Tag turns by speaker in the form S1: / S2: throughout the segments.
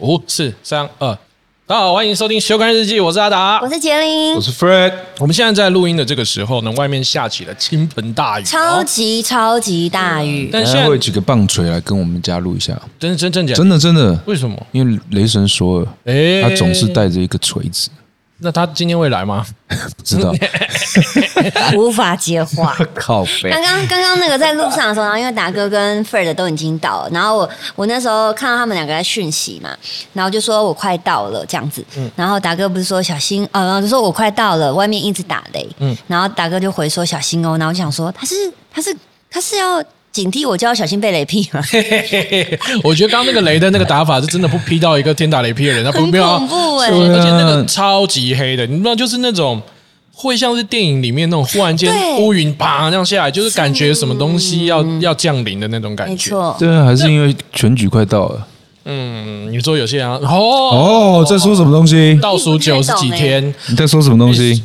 S1: 五四三二，大家好，欢迎收听《修改日记》，我是阿达
S2: 我。是杰林
S3: 我，是 Fred，
S1: 我们现在在录音的这个时候呢，外面下起了倾盆大雨、哦，
S2: 超级超级大雨，
S1: 但现
S3: 他
S1: 在
S3: 哎会举个棒槌来跟我们家录一下，
S1: 真真正讲，
S3: 真的真的，
S1: 为什么？
S3: 因为雷神索尔
S1: 哎
S3: 他总是带着一个锤子，
S1: 那他今天会来吗？
S3: 不知道
S2: 无法 接话。
S3: 靠背
S2: 刚刚刚刚那个在路上的时候，然后因为达哥跟 Fred 都已经到了，然后我我那时候看到他们两个在讯息嘛，然后就说我快到了这样子，
S1: 嗯
S2: 然后达哥不是说小心哦，然后就说我快到了，外面一直打雷，
S1: 嗯
S2: 然后达哥就回说小心哦，然后我就想说他是他是他是要警惕我就要小心被雷劈 吗？
S1: 我觉得刚刚那个雷的那个打法是真的不劈到一个天打雷劈的人，他不
S2: 很
S1: 不要
S2: 恐怖哎、
S3: 对啊
S1: 而且那个超级黑的，你知道，就是那种会像是电影里面那种忽然间
S2: 对嗯
S1: 乌云啪这样下来，就是感觉什么东西要要降临的那种感
S2: 没
S1: 觉。
S2: 错，
S3: 对啊，还是因为选举快到了
S1: 嗯，你说有些人啊哦，
S3: 哦，在说什么东西？
S1: 倒数九十几天，
S3: 你在说什么东西？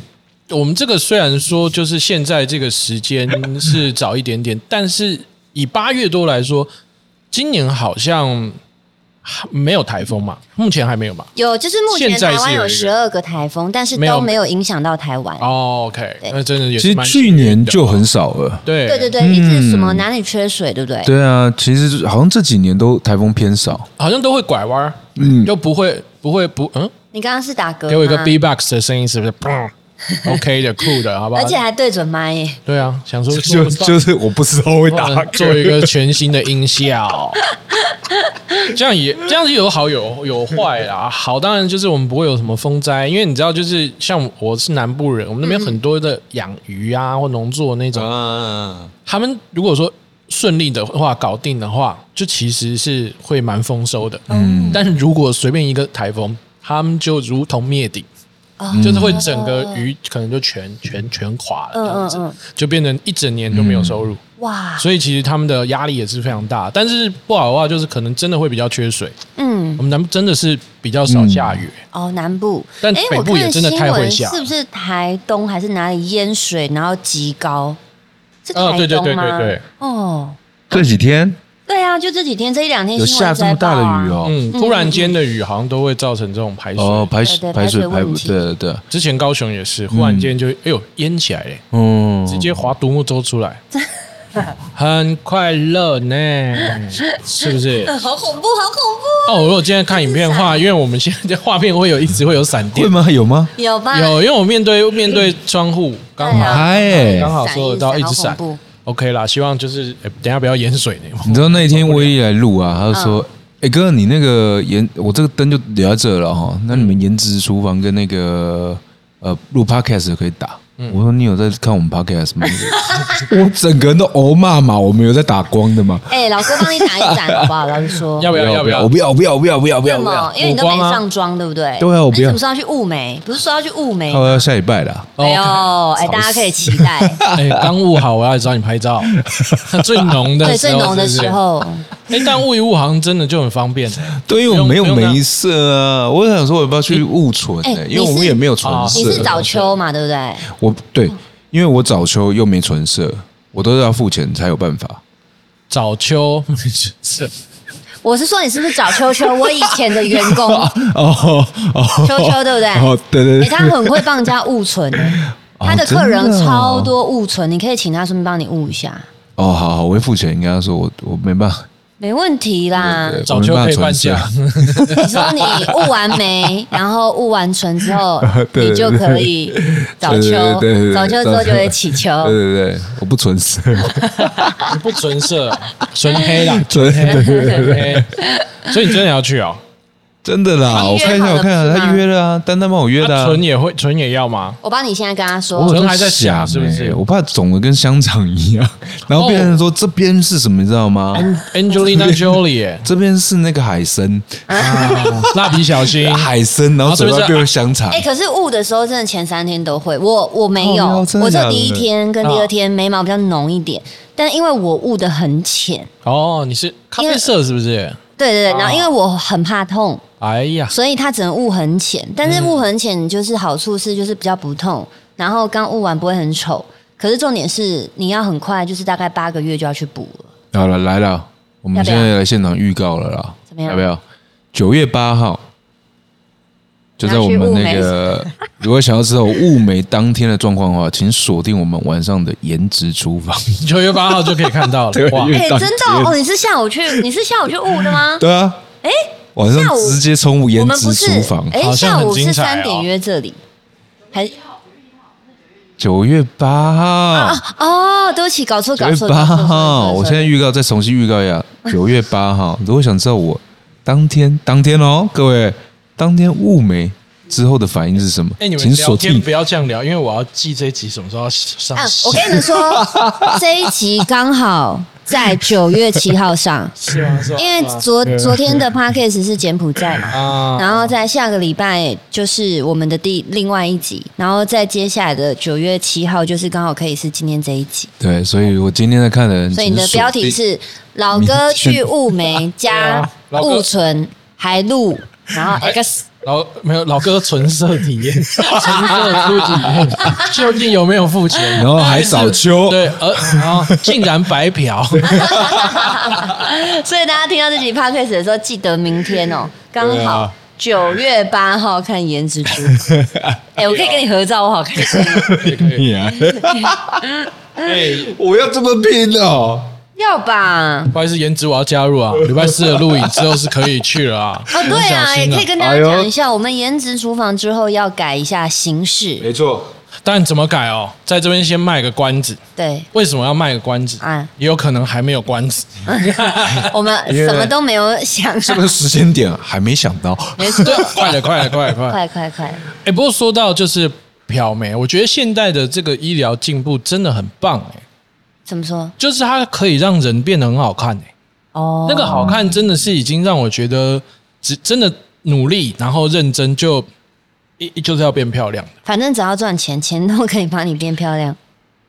S1: 我们这个虽然说就是现在这个时间是早一点点，但是以八月多来说，今年好像没有台风嘛，目前还没有嘛。
S2: 有就是目前
S1: 现在
S2: 台
S1: 是
S2: 湾
S1: 有
S2: 有
S1: 一个
S2: 十二个台风，但是
S1: 没有
S2: 都没有影响到台湾。
S1: 哦，OK，
S2: 对
S1: 那真的也是
S3: 其实
S1: 蛮
S3: 去年就很少了。
S1: 对
S2: 对对对，一直什么哪里缺水，对不对？
S3: 对啊，其实好像这几年都台风偏少。
S1: 好像都会拐弯儿，
S3: 嗯，
S1: 就不会不会不嗯，
S2: 你刚刚是打嗝吗，
S1: 给我一个 B box 的声音是不是？砰 OK 的酷的，好不好
S2: 而？且还对准麦耶，
S1: 对啊，想说
S3: 就就是我不知道会打
S1: 做 做一个全新的音 效，这样也这样子有好有有坏啦。好，当然就是我们不会有什么风灾，因为你知道，就是像我是南部人，我们那边很多的养鱼啊或农作那种，
S3: 嗯啊，
S1: 他们如果说顺利的话搞定的话，就其实是会蛮丰收的。嗯，但是如果随便一个台风，他们就如同灭顶。
S2: 哦
S1: 就是会整个鱼可能就全全全垮了，这样子
S2: 嗯嗯嗯
S1: 就变成一整年都没有收入。
S2: 哇，
S1: 所以其实他们的压力也是非常大。但是不好的话，就是可能真的会比较缺水。
S2: 嗯，
S1: 我们南部真的是比较少下雨，
S2: 哦，南部，
S1: 但
S2: 诶
S1: 北
S2: 我
S1: 部也
S2: 看
S1: 真的太会
S2: 新
S1: 下
S2: 闻是不是台东还是哪里淹水，然后极高？是
S1: 哦
S2: 台
S1: 对对
S2: 东吗？
S1: 对对对
S2: 哦，
S3: 这几天
S2: 对啊，就这几天这一两天
S3: 有
S2: 新闻
S3: 下这么大的雨
S2: 在报啊，
S3: 哦。
S1: 嗯，突然间的雨好像都会造成这种排水。
S3: 哦，排
S2: 对对
S3: 水排水
S2: 排水
S3: 排
S2: 问
S3: 不
S2: 题
S3: 对对对，
S1: 之前高雄也是，忽然间就、哎呦淹起来嘞，
S3: 嗯，
S1: 直接划独木舟出 来，很快乐呢，是不是？
S2: 好恐怖，好恐怖，
S1: 哦，如果今天看影片的话，因为我们现在画面会有一直会有闪
S3: 会
S1: 电，
S3: 吗？有吗？
S2: 有吧？
S1: 有，因为我面对面对窗户，刚
S2: 对
S1: 好
S2: 啊
S3: 嗨、欸
S1: 刚好说得到
S2: 闪
S1: 一
S2: 一
S1: 直闪
S2: 闪好恐
S1: OK 啦，希望就是、哎等一下不要淹水呢。
S3: 你知道那一天威力来录啊，他就说：“
S2: 嗯
S3: 哎、哥，你那个颜，我这个灯就留在这了哈。那你们颜值厨房跟那个呃录 podcast 的可以打。
S1: 嗯
S3: 我说：“你有在看我们 podcast 吗？” 我整个人都哦骂嘛，我们有在打光的嘛？
S2: 哎，老哥帮你 打一闪好不好？老实说，
S1: 要不要？要不要？
S3: 我不要，我不要，我不要，我不要，不
S2: 为
S3: 要！
S2: 什
S3: 不要
S2: 么？因为你都
S1: 补
S2: 没
S1: 光啊
S2: 上妆，对不对？
S3: 对啊我不
S2: 那
S3: 要
S2: 你什么时候要去雾眉？不是说要去雾眉
S3: 他？要下礼拜啦，
S1: 哦
S2: 哎呦， 哎，大家可以期待，
S1: 哎，刚雾好，我要来找你拍 照，最浓的
S2: 对，
S1: 时
S2: 最
S1: 候，
S3: 哦
S2: 浓的时。候，
S1: 哎，但雾一雾好像真的就很方便
S3: 对，因为我
S1: 不
S3: 没
S1: 用
S3: 有
S1: 不用
S3: 眉色啊。我想说，我要不要去误存、
S2: 哎
S3: 欸？
S2: 你
S3: 因为我们
S2: 是
S3: 也没有唇
S1: 哦
S3: 色。
S2: 你是
S1: 早
S2: 早秋嘛，对不对？
S3: 我对，因为我早秋又没唇色，我都要付钱才有办法。
S1: 早秋
S2: 我是说你是不是早秋秋？我以前的员工
S3: 哦哦，
S2: 秋秋，对不对？
S3: 哦，对对
S2: 哎，
S3: 对，
S2: 他很会帮人家误存的，他的客人
S3: 真的哦
S2: 超多误存，你可以请他顺便帮你误一下，
S3: 哦，好好，我会付钱，你跟他说我我没办法，
S2: 没问题啦。
S3: 对
S1: 早秋可以半价，
S2: 你说你雾完眉，然后雾完唇之后，
S3: 对
S2: 你就可以早秋
S3: 对对对对，对
S2: 早秋之后就会起秋。
S3: 对对对，我不存 色，
S1: 不纯色，纯黑啦，
S3: 存对对对
S1: 纯黑。所以你真的要去哦？
S3: 真的啦，我看一下，我看一下，他约了啊，丹丹帮我约的、
S1: 那
S3: 啊。
S1: 纯也会，纯也要吗？
S2: 我帮你现在跟他说
S3: 我有，
S1: 纯
S3: 在
S1: 还在想
S3: 想
S1: 是不是
S3: 欸我怕肿的跟香肠一样，然后别人说这边是什么，你知道吗？
S1: Angelina Jolie，哎
S3: 这边是那个海参，啊
S1: 蜡笔小 新，
S3: 海参，然后嘴巴变成香肠
S2: 哎、。可是雾的时候真的前三天都会，我我没有，
S3: 哦哟真的
S2: 我只
S3: 假
S2: 有
S3: 的
S2: 第一天跟第二天眉毛比较浓一点，但因为我雾的很浅，
S1: 哦，你是咖啡色是不是？
S2: 对
S1: 哦
S2: 对对，然后因为我很怕痛，
S1: 哎呀，
S2: 所以它只能雾很浅，但是雾很浅就是好处是就是比较不痛，然后刚雾完不会很丑，可是重点是你要很快，就是大概八个月就要去补了。
S3: 好了，来了，我们
S2: 要不
S3: 现
S2: 要
S3: 在来现场预告了啦，
S2: 怎么样
S3: 要不要？九月八号，就在我们那个， 如果想要知道物美当天的状况的话，请锁定我们晚上的颜值厨 房。
S1: 九月八号就可以看 到了，哇
S3: 因！为
S2: 哎、
S3: 当
S2: 真的哦，哦你是下午 去，你是下午去悟的 吗？
S3: 对啊，
S2: 哎、
S3: 晚上
S2: 下午
S3: 直接冲
S2: 我
S3: 颜
S2: 们
S3: 值
S2: 不是
S3: 厨房。
S2: 哎、
S1: 好像
S2: 下
S1: 很
S2: 午
S1: 精
S2: 是
S1: 彩哦
S2: 三点约这里，还
S3: 九月八号，
S2: 哦，对不起，搞错
S3: 九
S2: 搞
S3: 月
S2: 错，
S3: 八
S2: 搞错
S3: 号，我现在预告再重新预告一下，九月八号。 如果想知道我当天当天哦，各位当天物美之后的反应是什么
S1: 哎，你，
S3: 请
S1: 们聊
S3: 锁
S1: 天
S3: 定
S1: 不要这样聊，因为我要记这一集什么时候要上
S2: 啊，我
S1: 线。
S2: 跟你 们说，这一集刚好在九月七号上，
S1: 是啊吗？是吗
S2: 因为昨昨天的 podcast 是柬埔寨嘛，
S1: 啊，
S2: 然后在下个礼拜就是我们的第另外一集，然后再接下来的九月七号就是刚好可以是今天这一集，
S3: 对，所以我今天在看的人，
S2: 所以你的
S3: 请
S2: 标
S3: 锁
S2: 题
S3: 定
S2: 是“老哥去雾眉加
S1: 啊老哥哎
S2: 雾存还录”，然后 X
S1: 老没有老哥纯色体验， 纯色初体 验，究竟有没有付钱？
S3: 然后还早 秋，
S1: 对，呃，然后竟然白嫖，
S2: 所以大家听到这集 podcast 的时候，记得明天哦，刚
S3: 对
S2: 好
S3: 啊
S2: 九月八号看颜值猪。 哎、我可以跟你合照，我好开心。
S3: 呀，
S1: 哎
S3: 哎我要这么拼哦！
S2: 要吧？
S1: 不好意思，颜值我要加入啊，礼拜四的录影之后是可以去了啊。
S2: 哦，对啊，也
S1: 你小心啊
S2: 可以跟大家讲一下，我们颜值厨房之后要改一下形式。
S1: 哎
S3: 没错，
S1: 但怎么改哦？在这边先卖个关子，
S2: 对，
S1: 为什么要卖个关子
S2: 嗯？
S1: 也有可能还没有关子。
S2: 我们
S3: 因为
S2: 什么都没有想。啊
S3: 这 个时间点还没想到，
S2: 没错，
S1: 对，啊快了，快了，快 了，快了！
S2: 快快快！
S1: 哎，不过说到就是漂眉，我觉得现代的这个医疗进步真的很棒哎，
S2: 怎么说？
S1: 就是它可以让人变得很好看哎。
S2: 哦，
S1: 那个好看真的是已经让我觉得，只真的努力然后认真就一就是要变漂亮的。
S2: 反正只要赚钱，钱都可以帮你变漂亮。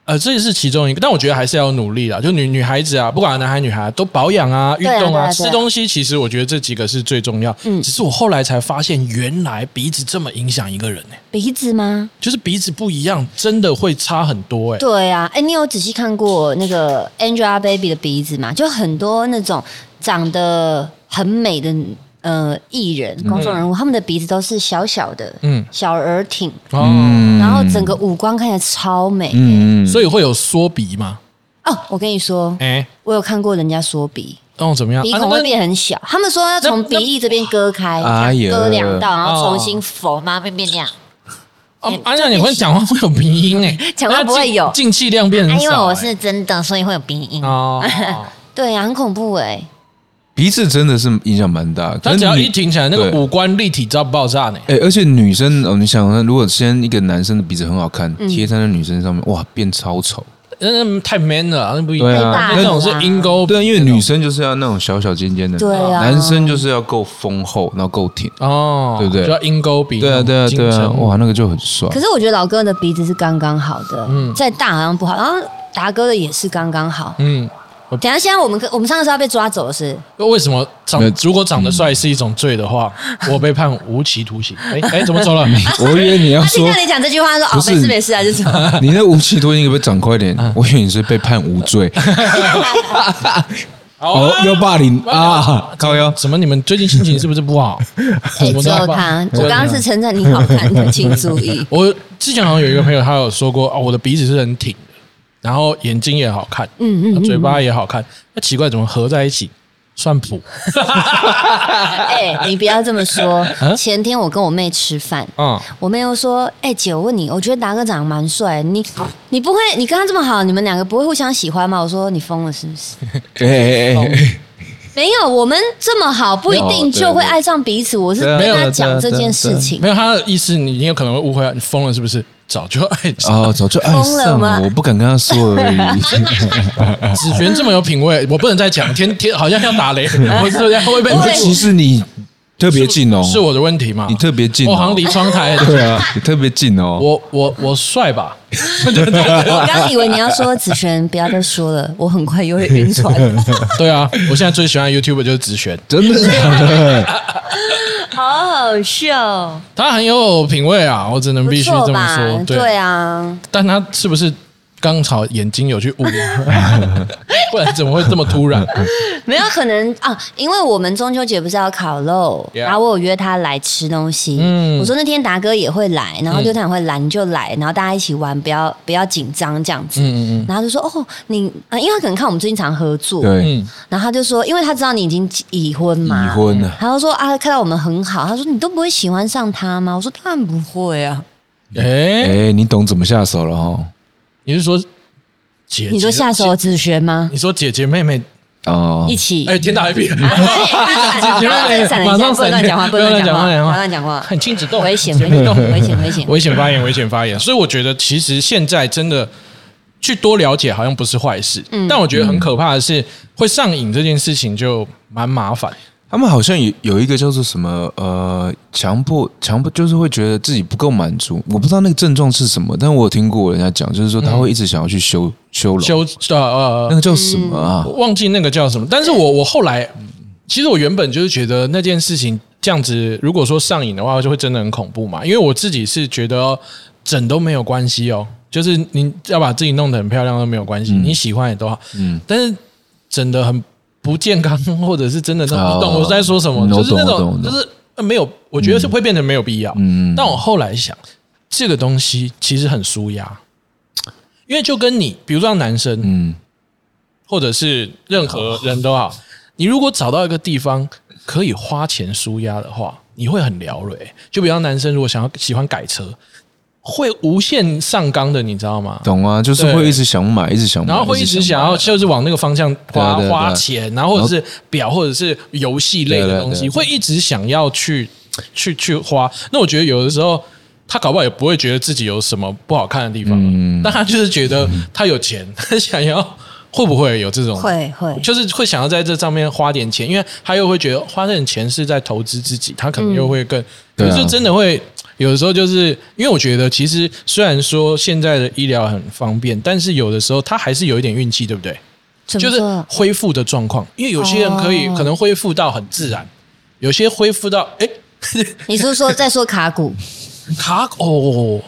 S1: 呃，这也是其中一个，但我觉得还是要努力啦。就女女孩子啊，不管男孩女孩啊、都保养啊、运
S2: 对啊
S1: 动
S2: 对
S1: 啊、
S2: 啊对
S1: 吃
S2: 啊
S1: 东西，其实我觉得这几个是最重要。
S2: 嗯
S1: 只是我后来才发现，原来鼻子这么影响一个人呢、欸
S2: 鼻子吗？
S1: 就是鼻子不一样，真的会差很多哎、
S2: 对啊，哎、你有仔细看过那个 Angelababy 的鼻子吗？就很多那种长得很美的呃艺人、公众人物，他们的鼻子都是小小的，
S1: 嗯
S2: 嗯，小而挺，
S1: 哦，
S2: 然后整个五官看起来超美。
S3: 嗯，
S1: 所以会有缩鼻吗？
S2: 哦，我跟你说，
S1: 哎、
S2: 我有看过人家缩鼻，
S1: 那、我怎么样？
S2: 鼻
S1: 啊
S2: 孔
S1: 那
S2: 会变很小，他们说要从鼻翼这边割开，
S3: 那
S2: 这样
S3: 哎
S2: 割
S3: 呦
S2: 两道，然
S1: 哦
S2: 后重新缝，然后变变那样。
S1: 啊，安娜，你会讲话会有鼻音哎、
S2: 讲话不会有
S1: 那进进气量变很
S2: 啊，
S1: 少、
S2: 因为
S1: 哎
S2: 我是真的，所以会有鼻音。
S1: 哦，
S2: 对啊，很恐怖哎、
S3: 鼻子真的是影响蛮大。可
S1: 他
S3: 是
S1: 只要
S3: 女
S1: 一挺起来，那个
S3: 对
S1: 五官立体到爆炸呢、
S3: 哎，而且女生哦，你想，如果先一个男生的鼻子很好看，
S2: 嗯
S3: 贴在那女生上面，哇，变超丑。
S1: 那那太 man 了啊，那不一样。
S3: 对啊
S1: 那种是阴沟
S3: 对啊，因为女生就是要那种小小尖尖的，
S2: 对啊
S3: 男生就是要够丰厚，然后够挺。
S1: 哦，
S3: 对不对
S1: 就要鹰钩鼻，
S3: 对啊，对啊，对
S1: 那
S3: 啊，
S1: 种金城武
S3: 哇，那个就很帅
S2: 可。是我觉得老哥的鼻子是刚刚好的，
S3: 嗯
S2: 再大好像不好，然后达哥的也是刚刚好。
S1: 嗯，
S2: 等一下，现在我们可我们上次要被抓走了是？
S1: 那为什么长
S3: 没有嗯
S1: 如果长得帅是一种罪的话，我被判无期徒刑。哎哎，怎么走 了？
S3: 我以为你要
S2: 他听
S3: 啊说
S2: 到你讲这句话，他说
S3: 不
S2: 哦，
S3: 是
S2: 没事没事啊， 就是。
S3: 你那无期徒刑可不可以长快一
S1: 啊
S3: 点？我以为你是被判无 罪。
S1: 哦
S3: 哦，要霸凌啊，高腰。
S1: 怎么你们最近心情是不是不 好？
S2: 哎，
S1: 怎么
S2: 只
S1: 都
S2: 有
S1: 要报
S2: 他，我刚刚是称赞你好看的，请注 意。
S1: 我之前好像有一个朋友，他有说过啊，我的鼻子是很挺的，然后眼睛也好看，
S2: 嗯嗯嗯
S1: 嘴巴也好看，那奇怪怎么合在一起算谱？
S2: 哎，你不要这么说。
S3: 啊
S2: 前天我跟我妹吃饭，
S1: 嗯，
S2: 我妹又说：“哎、姐，我问你，我觉得达哥长得蛮帅，你你不会，你跟他这么好，你们两个不会互相喜欢吗？”我说：“你疯了是不 是？
S3: 哎哎哎哎，
S2: 没有，我们这么好，不一定就会爱上彼此。我是
S3: 对啊
S2: 跟
S3: 对
S2: 他
S3: 对
S2: 讲这件事情
S1: 没。有他的意思，你你有可能会误会啊，你疯了是不是？早就爱上
S3: 哦，早就爱
S2: 疯了
S3: 上
S2: 吗
S3: 了，我不敢跟他 说而已。哎啊
S1: 子璇这么有品味，我不能再讲，天天好像要打雷，我这样会被
S3: 我其实你特别近哦，
S1: 是我的问题嘛？
S3: 你特别近哦
S1: 我好像离窗台很近
S3: 对啊，你特别近哦。
S1: 我我我帅吧？
S2: 我刚以为你要说子璇，不要再说了，我很快又会晕船。
S1: 对啊，我现在最喜欢的 YouTube 就是子璇，
S3: 真的假的？
S2: 好好笑，
S1: 他很有品味啊，我只能
S2: 不
S1: 必须
S2: 错
S1: 这么
S2: 吧
S1: 说。？
S2: 对，啊，
S1: 但他是不是刚好眼睛有去捂，啊 不然怎么会这么突然？
S2: 没有可能啊，因为我们中秋节不是要烤肉
S1: Yeah
S2: 然后我有约他来吃东西。
S1: 嗯
S2: 我说那天达哥也会来，然后就他也会来，你就来，然后大家一起玩，不要不要紧张这样子。
S1: 嗯嗯
S2: 然后就说哦，你啊，因为他可能看我们最近常合作，
S3: 对，
S1: 嗯
S2: 然后他就说，因为他知道你已经已婚嘛，
S3: 已婚了，
S2: 他就说啊，看到我们很好，他说你都不会喜欢上他吗？我说当然不会啊。
S1: 嗯，哎，
S3: 哎，你懂怎么下手了哦哈？
S1: 你是说姐？
S2: 你说下手
S1: 姐？
S2: 子学吗？
S1: 你说姐姐妹妹？
S3: 哦
S2: 一，起。
S1: 哎，天打一片，
S2: 不要乱闪人
S1: 马
S2: 一下
S1: 上
S2: 不能乱讲话，
S1: 闪
S2: 不能乱
S1: 人
S2: 讲话，
S1: 不要
S2: 不能
S1: 乱
S2: 乱讲话，
S1: 很亲子动，
S2: 危险，
S1: 亲
S2: 危
S1: 子动
S2: 险，危险，危险。
S1: 危险发言，危险发言。所以我觉得，其实现在真的去多了解，好像不是坏事。
S2: 嗯
S1: 但我觉得很可怕的是，会上瘾这件事情就蛮麻烦。
S3: 他们好像有有一个叫做什么呃，强迫强迫，就是会觉得自己不够满足。我不知道那个症状是什么，但我有听过人家讲，就是说他会一直想要去修修容，
S1: 修呃呃
S3: 那个叫什么啊
S1: 我？忘记那个叫什么，但是我我后来，其实我原本就是觉得那件事情这样子，如果说上瘾的话，就会真的很恐怖嘛。因为我自己是觉得哦整都没有关系哦，就是你要把自己弄得很漂亮都没有关系，你喜欢也都好，
S3: 嗯，
S1: 但是整的很不健康，或者是真的，你
S3: 哦
S1: 懂我在说什么？
S3: 嗯
S1: 就
S3: 我
S1: 是那
S3: 懂我懂
S1: 种
S3: 我，懂
S1: 就是呃没有，我觉得是会变得没有必要。
S3: 嗯
S1: 但我后来想，这个东西其实很舒压，因为就跟你，比如说像男生，
S3: 嗯，
S1: 或者是任
S3: 哦
S1: 何人都好，你如果找到一个地方可以花钱舒压的话，你会很聊累。就比方男生如果想要喜欢改车，会无限上纲的，你知道吗？
S3: 懂啊，就是
S1: 对
S3: 会一直想买，一直想买，
S1: 然后会一直想
S3: 买
S1: 要就是往那个方向
S3: 对
S1: 花
S3: 啊对啊
S1: 花
S3: 对啊
S1: 钱，然后或者是表或者是游戏类
S3: 对啊对
S1: 的
S3: 啊
S1: 东西，
S3: 对啊
S1: 会一直想要去去去花。那我觉得有的时候。他搞不好也不会觉得自己有什么不好看的地方，
S3: 嗯
S1: 但他就是觉得他有钱，他想要会不会有这种
S2: 会会，
S1: 就是会想要在这上面花点钱，因为他又会觉得花这点钱是在投资自己，他可能又会更，
S3: 对啊
S1: 可是真的会有的时候就是因为我觉得其实虽然说现在的医疗很方便，但是有的时候他还是有一点运气，对不对？
S2: 怎
S1: 就
S2: 么
S1: 是
S2: 说
S1: 恢复的状况，因为有些人可以、
S2: 哦
S1: 可能恢复到很自然，有些恢复到哎、
S2: 你是说在说卡 骨？
S1: 卡哦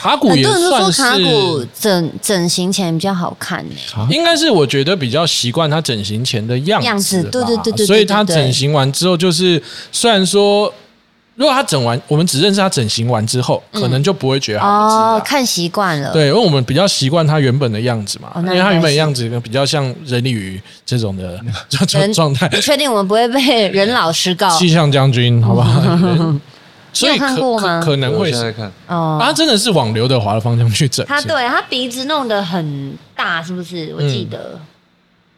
S1: 卡骨
S2: 很
S1: 也
S2: 多人
S1: 算
S2: 都说
S1: 是
S2: 卡骨整整形前比较好看呢。
S1: 应该是我觉得比较习惯他整形前的样
S2: 样子
S1: 吧
S2: 对对对对对
S1: 所以他
S2: 对对
S1: 整形完之后，就是虽然说，如果他整完，我们只认识他整形完之后，可能就不会觉得好吃
S2: 哦
S1: 了，。
S2: 看习惯了。
S1: 对，因为我们比较习惯他原本的样子嘛，
S2: 哦
S1: 因
S2: 那
S1: 为他原本的
S2: 应该是
S1: 样子比较像人力鱼这种 的这种
S2: 人
S1: 状态，
S2: 你确定我们不会被任老师告？
S1: 气象将军，好不好？ 人所以
S2: 你有看
S1: 可
S2: 过吗
S1: 可可能
S3: 我
S1: 会
S3: 现
S1: 是啊
S3: 在看，
S2: 哦，
S1: 他真的是往刘德华的方向去整
S2: 他
S1: 形，
S2: 对他鼻子弄得很大，是不是？我记得、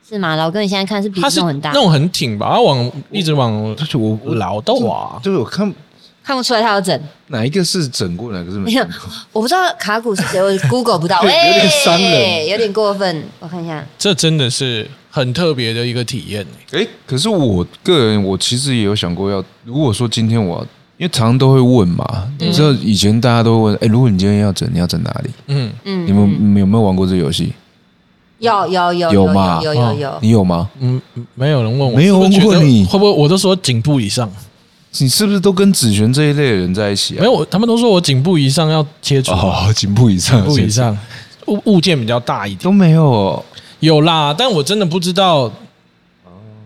S2: 是吗？老哥，你现在看嗯是鼻
S1: 他
S2: 子
S1: 是
S2: 弄很大
S1: 那，种很挺吧，他往一直往
S3: 就是我我
S1: 老豆啊，
S3: 就是我看
S2: 看不出来他有整。
S3: 哪一个是整过，哪个是没
S2: 没有
S3: 整 过。
S2: 我不知道卡骨是谁，我 Google 不到，
S3: 有点
S2: 喂
S3: 伤人
S2: 有点过分。我看一下，
S1: 这真的是很特别的一个体验、欸。
S3: 哎，可是我个人，我其实也有想过要，如果说今天我要，因为常常都会问嘛，你知道以前大家都会问，哎，如果你今天要整，你要整哪里？
S1: 嗯，
S2: 嗯，
S3: 你们你们有没有玩过这个游戏？
S2: 有有有
S3: 有
S2: 有
S3: 哦嘛
S2: 有有有，
S3: 你有吗？
S1: 嗯，没有人问我，
S3: 没有
S1: 我
S3: 问
S1: 觉
S3: 过
S1: 得
S3: 你
S1: 会不会我都说颈部以上，
S3: 你是不是都跟子璇这一类的人在一起啊？
S1: 没有，我他们都说我颈部以上要切除，
S3: 哦，颈部以上，
S1: 颈部以上物物件比较大一点，
S3: 都没有哦。
S1: 有啦，但我真的不知道，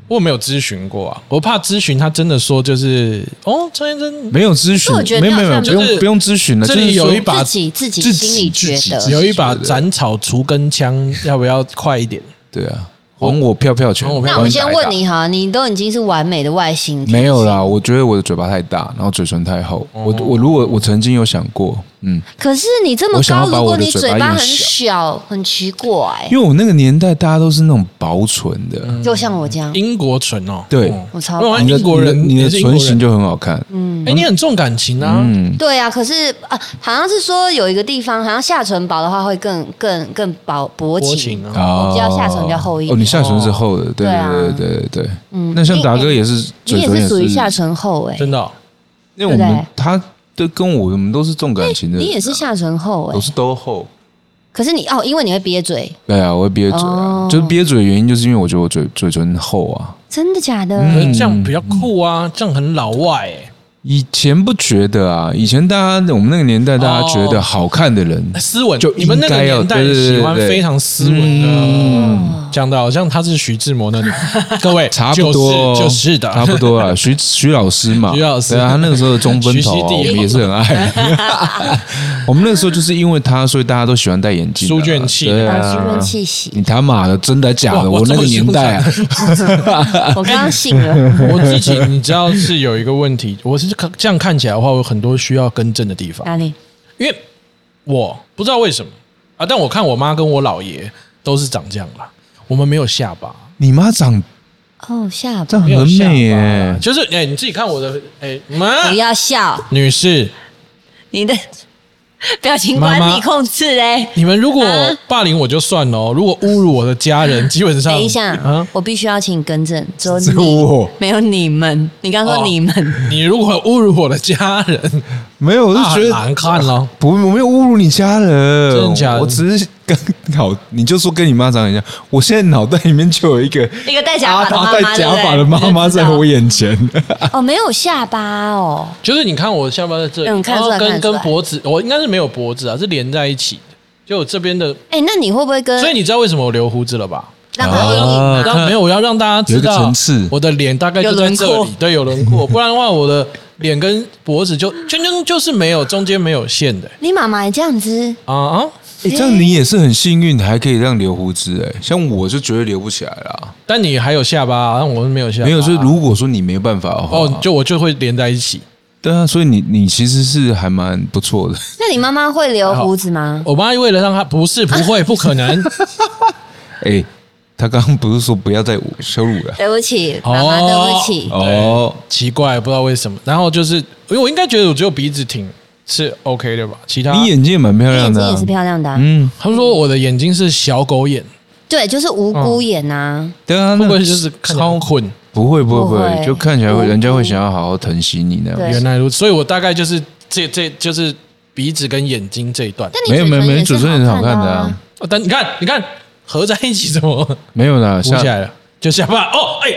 S1: 我没有咨询过啊，我怕咨询他真的说就是哦，张先生
S3: 没有咨
S2: 可我觉得
S3: 询，没有
S2: 好
S3: 没有，没
S2: 像
S3: 有不
S1: 就是
S3: 用不用咨询了。
S1: 这
S3: 就是
S1: 里有
S3: 说
S1: 一把
S2: 自己自己
S3: 自己
S2: 心里觉
S3: 自己
S2: 得
S3: 自己
S1: 有一把斩草除根枪，要不要快一点？
S3: 对啊，还我票票拳。
S1: 还我票
S2: 那
S1: 票
S2: 我
S1: 拳
S2: 先问，你哈，你都已经是完美的外形，
S3: 没有啦，我觉得我的嘴巴太大，然后嘴唇太厚。
S1: 哦
S3: 我我如果我曾经有想过，嗯，
S2: 可是你这么
S3: 我想
S2: 高，
S3: 要把
S2: 如果
S3: 我的
S2: 你
S3: 嘴
S2: 嘴
S3: 巴
S2: 巴
S3: 用
S2: 很
S3: 小
S2: 小，很奇怪、
S3: 因为我那个年代大家都是那种薄唇的，
S2: 就像我这样，
S1: 英国唇哦，
S3: 嗯对
S1: 哦
S2: 我超
S1: 因为
S3: 你的
S1: 嗯英国人
S3: 你
S1: 也
S3: 的你
S1: 是
S3: 的
S1: 英国
S3: 唇
S1: 人
S3: 形就很好看。
S2: 嗯，
S1: 哎，你很重感情啊，
S3: 嗯，
S2: 对啊。可是啊，好像是说有一个地方，好像下唇薄的话会更更更薄薄
S1: 薄
S2: 情
S1: 情。啊，
S3: 哦
S2: 比较下唇比较厚一点
S3: 哦，你下唇是厚的，对
S2: 对啊
S3: 对对对对对。
S2: 嗯
S3: 那像达哥也是，
S2: 你
S3: 嘴
S2: 也
S3: 唇
S2: 是属于
S3: 是
S2: 下唇厚哎、
S1: 真的哦。
S3: 因为我
S2: 对不对
S3: 们他都跟我我们都是重感情的人啊，
S2: 你也是下唇厚哎、
S3: 我是都厚。
S2: 可是你哦，因为你会憋嘴，
S3: 对啊，我会憋嘴啊，
S2: 哦
S3: 就是憋嘴的原因，就是因为我觉得我嘴嘴唇厚啊。
S2: 真的假的？
S3: 嗯
S1: 可是这样比较酷啊，这样很老外、欸。
S3: 以前不觉得啊，以前大家我们那个年代，大家觉得好看的人，
S1: 斯文
S3: 就
S1: 你们那个
S3: 应该要
S1: 年代
S3: 对对对
S1: 喜欢
S3: 对对嗯
S1: 非常斯文的，讲的好像他是徐志摩那 里，各位
S3: 差不多
S1: 就是就是的，
S3: 差不 多啊。徐徐老师嘛，
S1: 徐老师
S3: 对啊，他那个时候的中分头啊，
S1: 徐熙娣
S3: 我们也是 很爱。我们那个时候就是因为他，所以大家都喜欢戴眼镜啊，
S1: 书卷气
S3: 对
S2: 啊，
S3: 啊
S2: 新，闻气息，
S3: 你他妈的真的假
S1: 哇
S3: 的？
S1: 我
S3: 我那
S1: 这
S3: 个
S1: 么
S3: 年代啊，
S2: 我刚刚醒 了，
S1: 我自己你知道是有一个问题，我是看这样看起来的话，我有很多需要更正的地方，
S2: 哪里？
S1: 因为我不知道为什么啊，但我看我妈跟我姥爷都是长这样啦，我们没有下巴，
S3: 你妈长
S2: 哦，下
S3: 这
S2: 巴，
S3: 样
S1: 没有
S3: 很
S1: 下巴
S3: 美耶，
S1: 就是哎、你自己看我的哎妈、
S2: 不要笑，
S1: 女士，
S2: 你 的表情管
S1: 妈
S2: 理
S1: 妈
S2: 控制欸嘞。
S1: 你们如果
S2: 啊哎
S1: 霸凌我就算了哦，如果侮辱我的家人，基本上
S2: 等一下，
S1: 啊，
S2: 我必须要请你更正，只有
S3: 只有我
S2: 你，没有你们。你刚说
S1: 哦
S2: 你们，
S1: 你如果侮辱我的家人，
S3: 没 有，我
S1: 那
S3: 是觉
S1: 很难
S3: 得啊
S1: 看咯。
S3: 不，我没有侮辱你家人，
S1: 真的假的
S3: 我只是刚好，你就说跟你妈长很像。我现在脑袋里面就有一个
S2: 一个戴假发的妈妈，
S3: 啊戴
S2: 对不
S3: 假
S2: 对
S3: 发的妈妈在我眼前，
S2: 哦，没有下巴哦，
S1: 就是你看我下巴在这里，
S2: 嗯看
S1: 然
S2: 得
S1: 后
S2: 出来
S1: 跟
S2: 看得出
S1: 跟
S2: 来
S1: 脖子，我应该是没有脖子啊，是连在一起的。就我这边的，
S2: 哎，那你会不会跟
S1: 所以你知道为什么我留胡子了吧？
S2: 让他有阴影
S3: 啊
S2: 吗？
S1: 让没有，我要让大家知
S3: 有一个
S1: 道
S3: 层次
S1: 我的脸大概就
S2: 有
S1: 在
S2: 轮
S1: 这
S2: 廓
S1: 里，对，有轮廓，不然的话我的脸跟脖子就圈圈就是没有中间没有线的
S2: 你妈妈也这样子，
S1: 啊啊！
S3: 欸这样你也是很幸运，还可以让留胡子哎、像我就绝对留不起来啦。
S1: 但你还有下巴啊，但我没有下巴啊，
S3: 没有，所以如果说你没办法的话，
S1: 哦，就我就会连在一起。
S3: 对啊，所以你你其实是还蛮不错的。
S2: 那你妈妈会留胡子吗？
S1: 我妈为了让她不是不会不可能，
S3: 哎、他刚刚不是说不要再羞辱了？
S2: 对不起，妈妈，
S1: 哦
S2: 对不起，
S3: 哦，
S1: 奇怪，不知道为什么。然后就是，因为我应该觉得我只有鼻子挺是 OK 的吧，其他
S3: 你眼睛也蛮漂
S2: 你
S3: 亮
S2: 眼
S3: 的、
S2: 睛也
S3: 啊
S2: 是，漂亮的啊，
S3: 嗯，
S1: 他们说我的眼睛是小狗眼，
S2: 对，就是无辜眼呐。
S3: 对啊，
S1: 会
S3: 那
S1: 不会就是超混？
S3: 不会不会不
S2: 不
S3: 会，
S2: 会
S3: 就看起来会
S2: 嗯
S3: 人家会想要好好疼惜你那样
S2: 对。
S1: 原来如此，所以我大概就是这这就是鼻子跟眼睛这一段。
S2: 但你
S3: 没有没有没有，
S2: 嘴唇
S3: 主持
S2: 也
S3: 人
S2: 是
S3: 是
S2: 好
S3: 好
S2: 看
S3: 看的
S2: 啊
S3: 啊，，
S1: 哦，但你看你看合在一起怎么 糊
S3: 没有啦，
S1: 起
S3: 下
S1: 来了？就下巴哦，哎、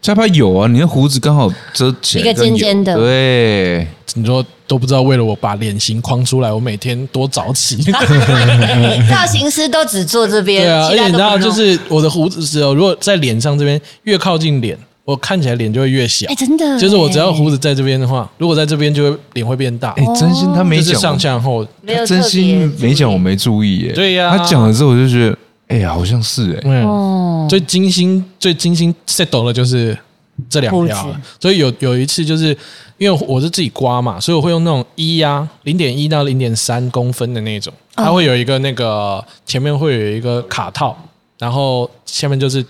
S3: 下巴有啊，你的胡子刚好遮起来，
S2: 一个尖尖的
S3: 对，
S1: 你说都不知道为了我把脸型框出来，我每天多早起。
S3: 啊
S2: 造型师都只做这边，
S1: 对啊，而
S2: 其
S1: 且
S2: 他
S1: 你知
S2: 都不
S1: 道，
S2: 弄
S1: 就是我的胡子是哦，如果在脸上这边越靠近脸，我看起来脸就会越小
S2: 哎，。真的，
S1: 就是我只要胡子在这边的话，如果在这边就会脸会变大
S3: 哎，，真心他没
S1: 哦就是上
S3: 讲我，
S1: 向后。
S2: 没有
S3: 他真心没讲，我没注意耶。
S1: 对呀
S3: 他讲了之后我就觉得，哎呀，好像是 哎，
S1: 嗯，
S2: 哦，
S1: 最精心、最精心 settle 的就是这两条啊
S2: 胡子。
S1: 所以有有一次，就是因为我是自己刮嘛，所以我会用那种一呀零点一到零点三公分的那种，它
S2: 哦
S1: 会有一个那个前面会有一个卡套，然后下面就是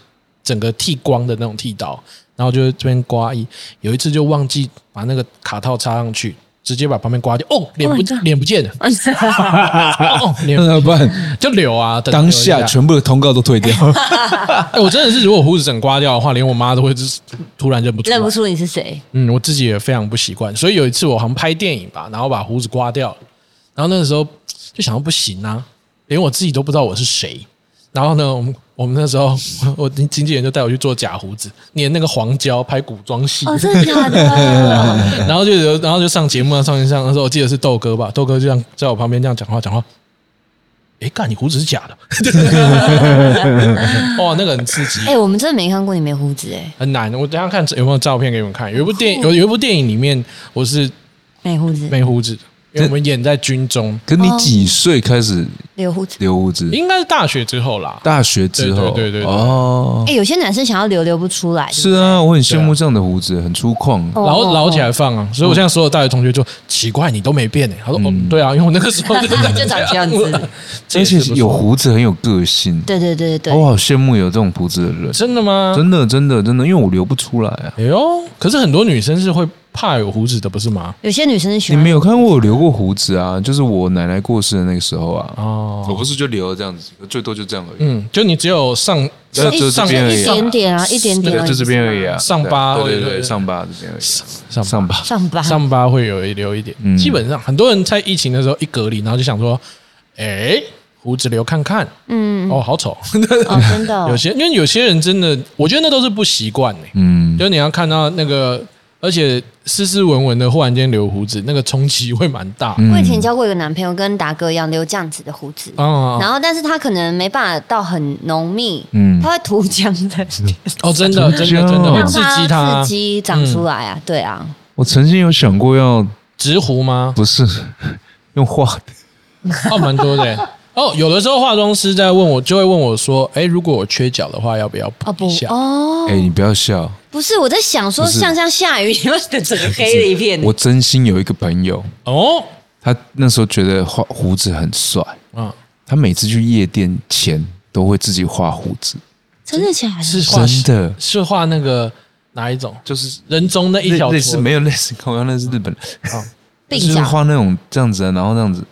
S1: 整个剃光的那种剃刀，然后就这边刮一。有一次就忘记把那个卡套插上去。直接把旁边刮掉，哦，脸
S2: Oh
S1: 不
S2: my God
S1: 脸不见了，哦，脸
S3: 那不然
S1: 就留啊，等
S3: 啊嗯 当
S1: 留
S3: 下
S1: 一
S3: 全部的通告都退 掉。
S2: 哦
S1: 哎、我真的是，如果胡子整刮掉的话，连我妈都会就是突然认不出来。
S2: 认不出你是谁，
S1: 嗯，我自己也非常不习惯。所以有一次我好像拍电影吧，然后把胡子刮掉了，然后那个时候就想到不行啊，连我自己都不知道我是谁。然后呢，我们我们那时候 我我经纪人就带我去做假胡子，粘那个黄胶拍古装戏。
S2: 哦，真的假 的？
S1: 然后就有，然后就上节目啊，上一上那时候我记得是豆哥吧，豆哥就这样在我旁边这样讲话讲话，诶，干你胡子是假的， 哦，那个很刺激，
S2: 哎，我们真的没看过你没胡子，哎，
S1: 很难。我等一下看有没有照片给你们看。有一部电影，有有一部电影里面我是
S2: 没胡子，
S1: 没胡子的，因为我们演在军中，
S3: 可你几岁开始
S2: 留胡子。
S3: 留胡子？
S1: 应该是大学之后啦。
S3: 大学之后，
S1: 对对对对对
S3: 哦
S2: 哎，，有些男生想要留留不出来，
S3: 是啊，我很羡慕这样的胡子，很粗犷。
S2: 哦
S1: 然后老起来放啊，所以我现在所有大学同学就奇怪你都没变哎、欸，他说、哦对啊，因为我那个时候就
S2: 哦就长这样 子，
S1: 也
S3: 而
S1: 是
S3: 且
S1: 不错
S3: 有胡子很有个性，
S2: 对对对对
S3: 我
S2: 对，
S3: 好羡慕有这种胡子的人，
S1: 真的吗？
S3: 真的真的真的，因为我留不出来啊。
S1: 哎呦，可是很多女生是会怕有胡子的，不是吗？
S2: 有些女生是喜
S3: 你
S2: 欢
S3: 没有看过我留过胡子啊？就是我奶奶过世的那个时候啊，我
S1: 哦，
S3: 不是就留了这样子，最多就这样而已，
S1: 嗯，就你只有上
S3: 就
S1: 上
S3: 就
S1: 上
S3: 这边而
S2: 一
S3: 已啊
S2: 点点啊，一点
S1: 那
S2: 点
S1: 个
S2: 而已，
S3: 就这边而已啊，
S1: 上巴
S3: 对
S1: 对
S3: 对对
S1: 对对
S3: 对，上巴这边而已，啊
S1: 上
S3: 上巴。
S2: 上班
S1: 上巴会有一留一点，
S3: 啊嗯
S1: 基本上很多人在疫情的时候一隔离，然后就想说，哎，胡子留看看，
S2: 嗯，
S1: 哦，好丑。
S2: 哦，真的哦
S3: 啊
S1: 有，些因为有些人真的，我觉得那都是不习惯呢。
S3: 嗯
S1: 就，是你要看到那个而且斯斯文文的，忽然间留胡子，那个冲击会蛮大。
S3: 嗯哦
S2: 我以前交过一个男朋友，跟达哥一样留这样子的胡子，
S1: 啊，
S2: 然后但是他可能没办法到很浓密，
S3: 嗯
S2: 他会涂浆的，
S1: 哦，真的，真的，真的会
S2: 让
S1: 刺激
S2: 它
S1: 他
S2: 刺。激长出来
S3: 嗯
S2: 啊，对啊，
S3: 我曾经有想过要
S1: 直胡吗？
S3: 不是 用画的，
S1: 哦，蛮多的欸。哦，有的时候化妆师在问我，就会问我说：“哎，如果我缺角的话，要不要
S2: 哦
S1: 补
S2: 不
S1: 一下
S2: 哦
S3: 哎、，你不要笑，
S2: 不是我在想说，
S3: 不是
S2: 像像下雨， 你会整个黑了一片，
S3: 我真心有一个朋友，？”
S1: 哦，
S3: 他那时候觉得画胡子很帅，
S1: 嗯，
S3: 他每次去夜店前都会自己画胡子，
S2: 真的假的？
S1: 是画
S3: 真的
S1: 是画那个哪一种？
S3: 就是
S1: 人中那一条
S3: 类类
S1: 坨
S3: 似没有类似跟我一样，那是日本人，
S2: 鬓
S3: 就是
S2: 角
S3: 画那种这样子啊，然后这样子，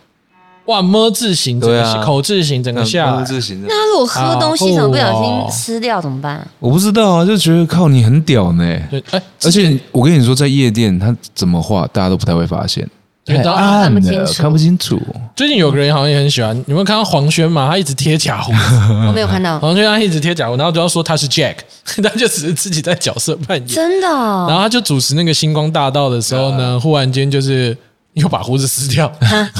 S1: 哇么字形，整
S3: 对
S1: 个
S3: 啊
S1: 口字形，整个下来
S3: 那字形的，
S2: 那如果喝东西怎么不小
S1: 哦
S3: 啊
S2: 心撕掉怎么办？
S3: 我不知道啊，就觉得靠你很屌呢、
S1: 对，哎，
S3: 而且我跟你说，在夜店他怎么画，大家都不太会发现，
S1: 因为
S3: 太
S1: 大家
S3: 暗
S2: 看不清
S3: 了，
S2: 楚
S3: 看不清楚。
S1: 最近有个人好像也很喜欢，你们看到黄轩嘛？他一直贴假胡，
S3: 嗯
S2: 我没有看到，
S1: 黄轩他一直贴假胡，然后都要说他是 Jack，他 就只是自己在角色扮演。
S2: 真的
S1: 然
S2: 哦，
S1: 后他就主持那个星光大道的时候呢，忽然间就是又把胡子撕掉，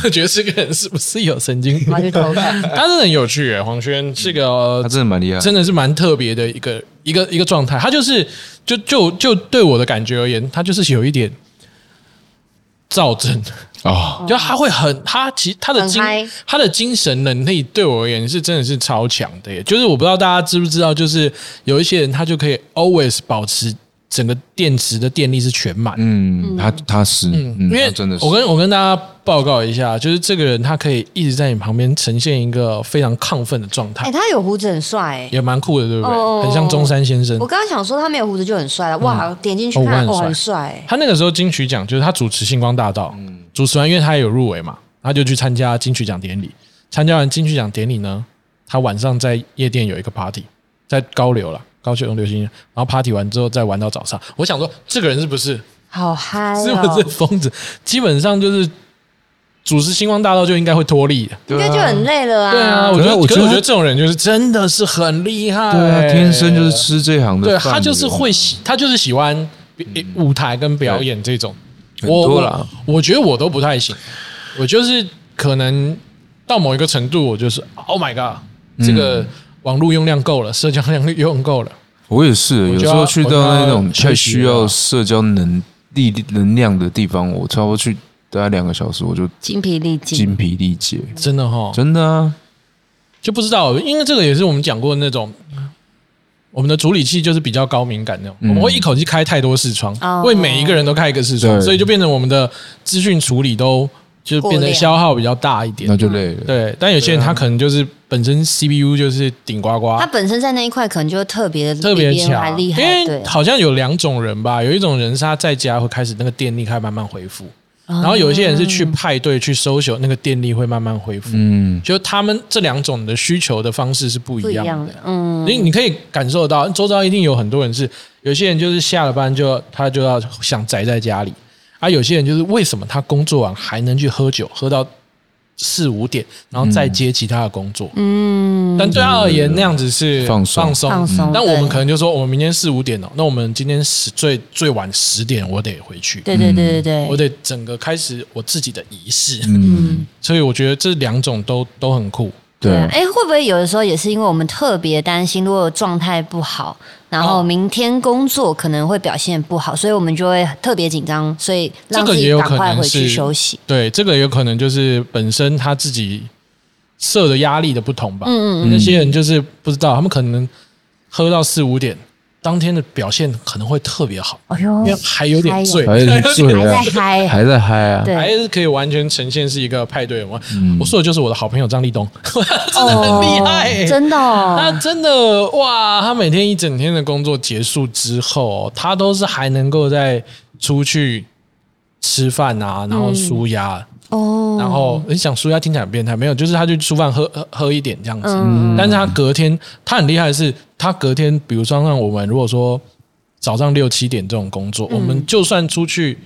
S1: 我 觉得这个人是不是有神经病
S3: 嗯
S2: 然后？就偷看。
S1: 他真的很有趣耶，黄轩是个呃
S3: 他真的蛮厉害，
S1: 真的是蛮特别的一个一个一个状态。他就是就就就对我的感觉而言，他就是有一点躁症，
S3: 啊！
S1: 就他会很他其他的
S2: 哦很
S1: 精
S2: 嗨
S1: 他的精神能力对我而言是真的是超强的耶。就是我不知道大家知不知道，就是有一些人他就可以 always 保持整个电池的电力是全满。
S3: 嗯，他他是，嗯，
S1: 因为
S3: 他真的是
S1: 我跟我跟大家报告一下，就是这个人他可以一直在你旁边呈现一个非常亢奋的状态，
S2: 哎，他有胡子很帅哎，
S1: 也蛮酷的，对不对？
S2: 哦
S1: 很像中山先生
S2: 我。刚刚想说他没有胡子就很帅了，哇，点进去
S1: 哦
S2: 看，
S1: 我
S2: 哇，
S1: 很
S2: 很帅哎。
S1: 他那个时候金曲奖就是他主持星光大道，主持完因为他也有入围嘛，他就去参加金曲奖典礼。参加完金曲奖典礼呢，他晚上在夜店有一个 party，在高流啦，高雄流行，然后 party 完之后再玩到早上。我想说，这个人是不是
S2: 好嗨
S1: 是
S2: 哦！
S1: 不是疯子？基本上就是主持星光大道就应该会脱力的。
S2: 应
S3: 对
S2: 该
S3: 啊
S2: 就很累了啊。
S1: 对啊，我觉
S3: 可是
S1: 得，
S3: 我
S1: 可
S3: 觉
S1: 是
S3: 得
S1: 我
S3: 他
S1: 觉得这种人就是真的是很厉害，
S3: 对啊，天生就是吃这行的
S1: 对，
S3: 饭的
S1: 他就是会喜，他就是喜欢舞台跟表演这种。
S3: 很
S1: 我
S3: 多
S1: 我
S3: 啦
S1: 我觉得我都不太行，我就是可能到某一个程度，我就是 Oh my God，这
S3: 嗯
S1: 个网络用量够了，社交量用够了。
S3: 我也是，有
S1: 就
S3: 时
S1: 要
S3: 候去到那
S1: 我
S3: 种
S1: 就要啊
S3: 太需
S1: 休息
S3: 要
S1: 了
S3: 社交能力能量的地方，我差不多去大概两个小时，我就
S2: 精疲力尽。
S3: 精疲力竭，
S1: 真的哈，
S3: 真的啊，
S1: 就不知道，因为这个也是我们讲过的那种，我们的处理器就是比较高敏感那种，
S3: 嗯
S1: 我们会一口气开太多视窗，
S2: 哦
S1: 为每一个人都开一个视窗，
S3: 对
S1: 所以就变成我们的资讯处理都就变成
S2: 过量
S1: 消耗比较大一点
S3: 那。就累了。
S1: 对，但有些人他可能就是本身 CPU 就是顶呱呱
S2: 他，本身在那一块可能就特别的
S1: 特别
S2: 比别人还
S1: 强，
S2: 厉
S1: 因
S2: 害，
S1: 为
S2: 对，
S1: 好像有两种人吧，有一种人是他在家会开始那个电力开始慢慢恢复，
S2: 哦
S1: 然后有一些人是去派对去 social，那个电力会慢慢恢复。
S3: 嗯，
S1: 就他们这两种的需求的方式是不
S2: 不
S1: 一
S2: 一
S1: 样的
S2: 样，的。嗯，
S1: 你你可以感受到，周遭一定有很多人是，有些人就是下了班就他就要想宅在家里，啊，有些人就是为什么他工作完还能去喝酒，喝到四五点，然后
S2: 嗯
S1: 再接其他的工作，嗯，但对他而言那样子是
S3: 放松
S1: 放松，
S2: 放松
S1: 那
S2: 对
S1: 我们可能就说，我们明天四五点哦，那我们今天十最最晚十点我得回去，
S2: 对对对对对，
S1: 嗯我得整个开始我自己的仪式，
S3: 嗯
S2: 嗯
S1: 所以我觉得这两种都都很酷，
S3: 对
S2: 啊
S3: 啊，
S2: 哎，会不会有的时候也是因为我们特别担心，如果状态不好，然后
S1: 哦
S2: 明天工作可能会表现不好，所以我们就会特别紧张，所以让
S1: 这
S2: 自
S1: 个也
S2: 己
S1: 有
S2: 赶
S1: 可
S2: 快
S1: 能
S2: 回去
S1: 是
S2: 休息。
S1: 对，这个有可能就是本身他自己设的压力的不同吧。
S2: 嗯嗯，
S1: 那些人就是不知道，他们可能喝到四五点，当天的表现可能会特别好，
S2: 哎
S1: 因为
S2: 呦，
S1: 还有点醉，
S3: 还在
S2: 还
S3: 醉
S2: 在
S3: 啊，
S2: 嗨，
S3: 还在嗨啊，
S1: 还
S2: 对，
S1: 是可以完全呈现是一个派对文化。我说的就是我的好朋友张立东， 真的很
S2: 哦
S1: 厉害、欸，
S2: 真的
S1: 他
S2: 哦，
S1: 真的哇，他每天一整天的工作结束之后哦，他都是还能够再出去吃饭啊，然后舒压。
S2: 哦，
S1: 然后你想舒压听起来很变态，没有，就是他去吃饭喝喝喝一点这样子，
S2: 嗯
S1: 但是他隔天他很厉害的是，他隔天比如说像我们如果说早上六七点这种工
S2: 嗯
S1: 作，我们就算出去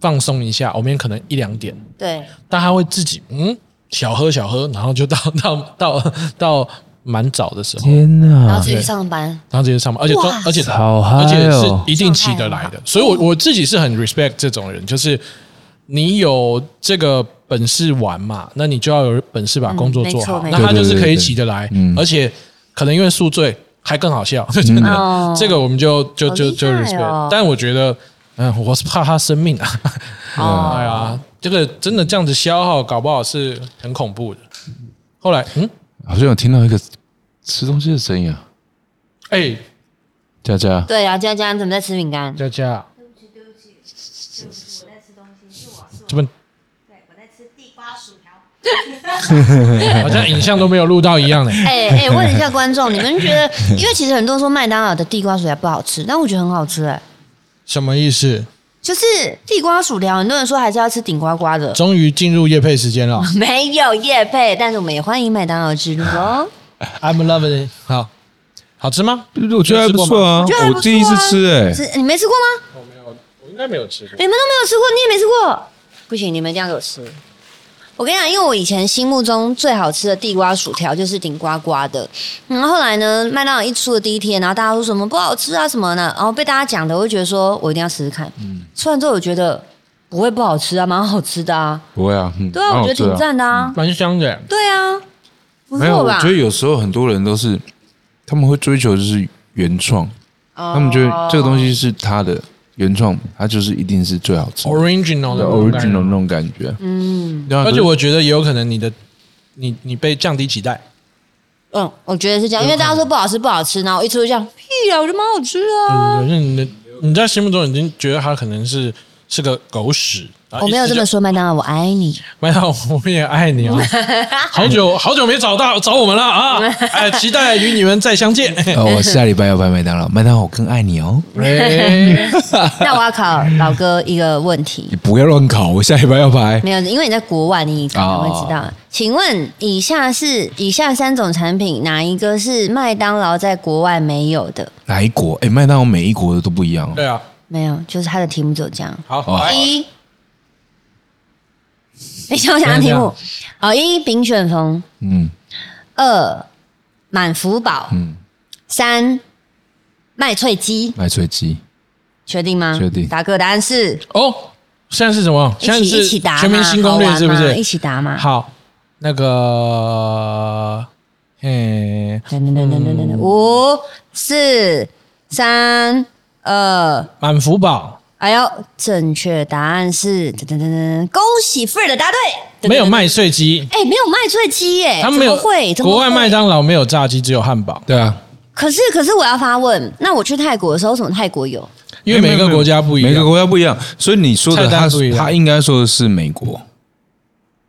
S1: 放松一下，我们也可能一两点，
S2: 对，
S1: 但他会自己嗯小喝小喝，然后就到到到到蛮早的时候，
S3: 天
S2: 然后
S3: 哪
S2: 自，己去上班，
S1: 然后直接上班，而且
S2: 哇
S1: 都而且
S3: 好嗨哦
S1: 而且是一定起得
S2: 哦
S1: 来的。所以我，我自己是很 respect 这种人，就是你有这个本事玩嘛，那你就要有本事把工作做好
S2: 嗯。没
S1: 那
S2: 错
S1: 他就是可
S3: 对对对
S1: 以
S3: 对
S1: 起得来，
S3: 嗯
S1: 而且可能因为宿醉还更好笑， 真的。
S2: 哦
S1: 这个我们就就就就
S2: 好厉害
S1: respect，、
S2: 哦
S1: 但我觉得，嗯，我是怕他生命啊，
S2: 哦
S1: 哎呀，这个真的这样子消耗，搞不好是很恐怖的。后来，嗯，
S3: 好像有听到一个吃东西的声音啊，
S1: 哎、
S3: 佳佳，
S2: 对啊，佳佳你怎么在吃饼干？
S1: 佳佳，对不起，对 不起，我在吃东西，是我做。这么？对，我在吃地瓜薯条。好像影像都没有录到一样呢、
S2: 哎哎，问一下观 众，你们觉得？因为其实很多人说麦当劳的地瓜薯条不好吃，但我觉得很好吃哎。
S1: 什么意思？
S2: 就是地瓜薯条，很多人说还是要吃顶呱呱的，
S1: 终于进入夜配时间了
S2: 没有叶配，但是我们也欢迎麦当劳之路哦。
S1: ，I'm loving it。好，好吃吗？
S3: 我觉得还不错啊
S2: 觉得还，不错啊
S3: 我第一次吃哎、
S2: 是你没吃过吗？
S1: 我没有，我应该没有吃过。
S2: 你们都哎没有吃过，你也没吃过，不行，你们一定要给我吃。我跟你讲，因为我以前心目中最好吃的地瓜薯条就是顶呱呱的，然后后来呢，麦当劳一出的第一天，然后大家说什么不好吃啊什么呢，然后被大家讲的，我就觉得说我一定要试试看。
S3: 嗯
S2: 吃完之后我觉得不会不好吃啊，蛮好吃的啊，
S3: 不会啊，嗯
S2: 对啊，我
S3: 蛮
S2: 觉
S3: 好
S2: 得
S3: 吃的
S2: 挺
S3: 啊
S2: 赞的啊，
S1: 蛮香的，
S2: 对啊，不
S3: 没有，
S2: 错
S3: 我
S2: 吧
S3: 觉？得有时候很多人都是，他们会追求就是原创，
S2: 哦
S3: 他
S2: 他
S3: 们觉得这个东西是他的原创，它就是一定是最好吃的
S1: original 的口感
S3: original 那种感觉。
S2: 嗯
S3: 对啊
S1: 而
S3: 可
S1: 且
S3: 是
S1: 我觉得也有可能你的，你你被降低期待，
S2: 嗯，我觉得是这样，因为大家说不好吃不好吃，然后我一吃就这样，屁啊，我觉得蛮好吃
S3: 嗯
S2: 啊。
S1: 对对对，你的你在心目中已经觉得它可能是是个狗屎。然后
S2: 我没有
S1: 一吃
S2: 这
S1: 就
S2: 么说，麦当劳，我爱你。
S1: 麦当劳，我们也爱你 啊！好久好久没找到找我们了啊！哎，期待与你们再相 见。
S3: 哦，我下礼拜要拍麦当劳，麦当劳我更爱你哦！
S1: 哎
S2: 那我要考老哥一个问
S3: 你
S2: 题，
S3: 不要乱考，我下礼拜要拍。
S2: 没有，因为你在国外，你可能会知
S1: 哦
S2: 道。请问以下是以下三种产品，哪一个是麦当劳在国外没有的？
S3: 哪一国？哎，麦当劳每一国的都不一样哦。
S1: 对啊，
S2: 没有，就是它的题目只有这样。
S1: 好，
S3: 哦
S1: 来
S2: 一，你想想题目，好，一冰旋风，
S3: 嗯
S2: 二满福宝，
S3: 嗯，
S2: 三麦脆鸡，
S3: 麦脆鸡，
S2: 确定吗？
S3: 确定
S2: 达哥，答案是
S1: 哦，现在是什么？现在
S2: 一起一
S1: 是
S2: 起答嘛，
S1: 全明星攻略，
S2: 好玩
S1: 是不
S2: 嘛一
S1: 是？
S2: 起答嘛。
S1: 好，那个，哎，
S2: 等等等等等等等，五、四、三、二，
S1: 满福宝
S2: 哎呦，正确答案是噔噔噔噔，恭喜 f r e d 答对，
S1: 没有，麦脆鸡，
S2: 哎，没有卖脆鸡耶，
S1: 他们没有
S2: 怎么会，怎么
S1: 国外
S2: 会
S1: 麦。当劳没有炸鸡，只有汉堡，
S3: 对啊，
S2: 可是可是我要发问，那我去泰国的时候，为什么泰国有？
S1: 因为每个国家不一
S3: 每个
S1: 样。
S3: 国家不一样，所以你说的
S1: 菜单
S3: 他
S1: 不一样
S3: 他应该说的是美国，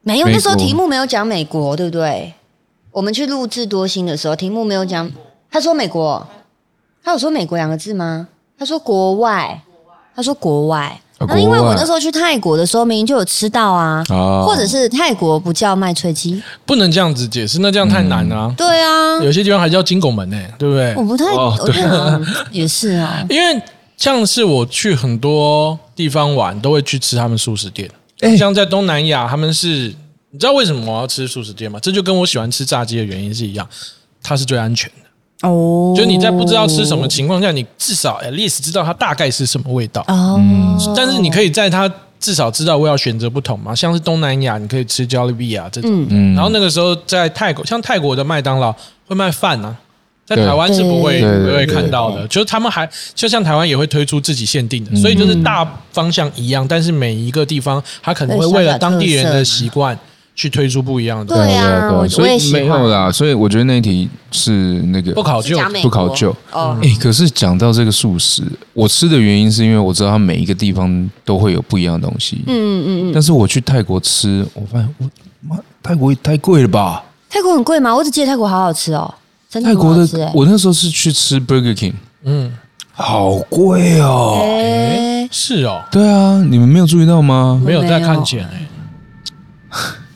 S2: 没有，
S3: 美
S2: 那
S3: 国
S2: 时候题目没有讲美国，对不对？我们去录制多星的时候，题目没有讲。他说美国，他有说美国两个字吗？他说国外，他说国外。
S3: 啊
S2: 那因为
S3: 国外
S2: 我那时候去泰国的时候，明明就有吃到啊，
S3: 哦
S2: 或者是泰国不叫麦脆鸡，
S1: 不能这样子解释，那这样太难了啊。
S2: 对啊，
S1: 有些地方还叫金拱门呢，对不对？
S2: 我不太，
S3: 哦
S2: 我觉得嗯也是啊，
S1: 因为像是我去很多地方玩，都会去吃他们素食店。
S3: 哎
S1: 像在东南亚，他们是你知道为什么我要吃素食店吗？这就跟我喜欢吃炸鸡的原因是一样，它是最安全的。
S2: 哦，
S1: 就你在不知道吃什么情况下，你至少 at least 知道它大概是什么味道。
S2: 哦，
S1: 嗯但是你可以在它至少知道味道选择不同嘛，像是东南亚你可以吃 Jollibee 啊这种，
S2: 嗯
S3: 嗯
S1: 然后那个时候在泰国，像泰国的麦当劳会卖饭啊，在
S3: 对
S1: 台湾是不会
S3: 对对
S1: 不会
S3: 对
S1: 看到的。就是他们还就像台湾也会推出自己限定的，所以就是大方向一样，但是每一个地方它可能会为了当地人的习惯去推出不一样的东西，
S2: 对啊我我
S3: 所
S2: 也
S3: 以
S2: 喜欢
S3: 没有啦，所以我觉得那一题是那个
S1: 不嗯考
S2: 是
S1: 究。
S2: 讲美
S3: 不
S2: 国
S3: 考究
S2: 哦，
S3: 哎、可是讲到这个素食，我吃的原因是因为我知道它每一个地方都会有不一样的东西。嗯，
S2: 嗯嗯嗯，
S3: 但是我去泰国吃，我发现我妈泰国也太贵了吧？
S2: 泰国很贵吗？我只记得泰国好好吃哦，真的
S3: 泰
S2: 很
S3: 国
S2: 好
S3: 的
S2: 吃哎，
S3: 我那时候是去吃 Burger King，
S1: 嗯，
S3: 好贵哦。
S2: 哎
S1: 是哦，
S3: 对啊，你们没有注意到吗？
S1: 没有在看
S2: 没
S1: 钱哎、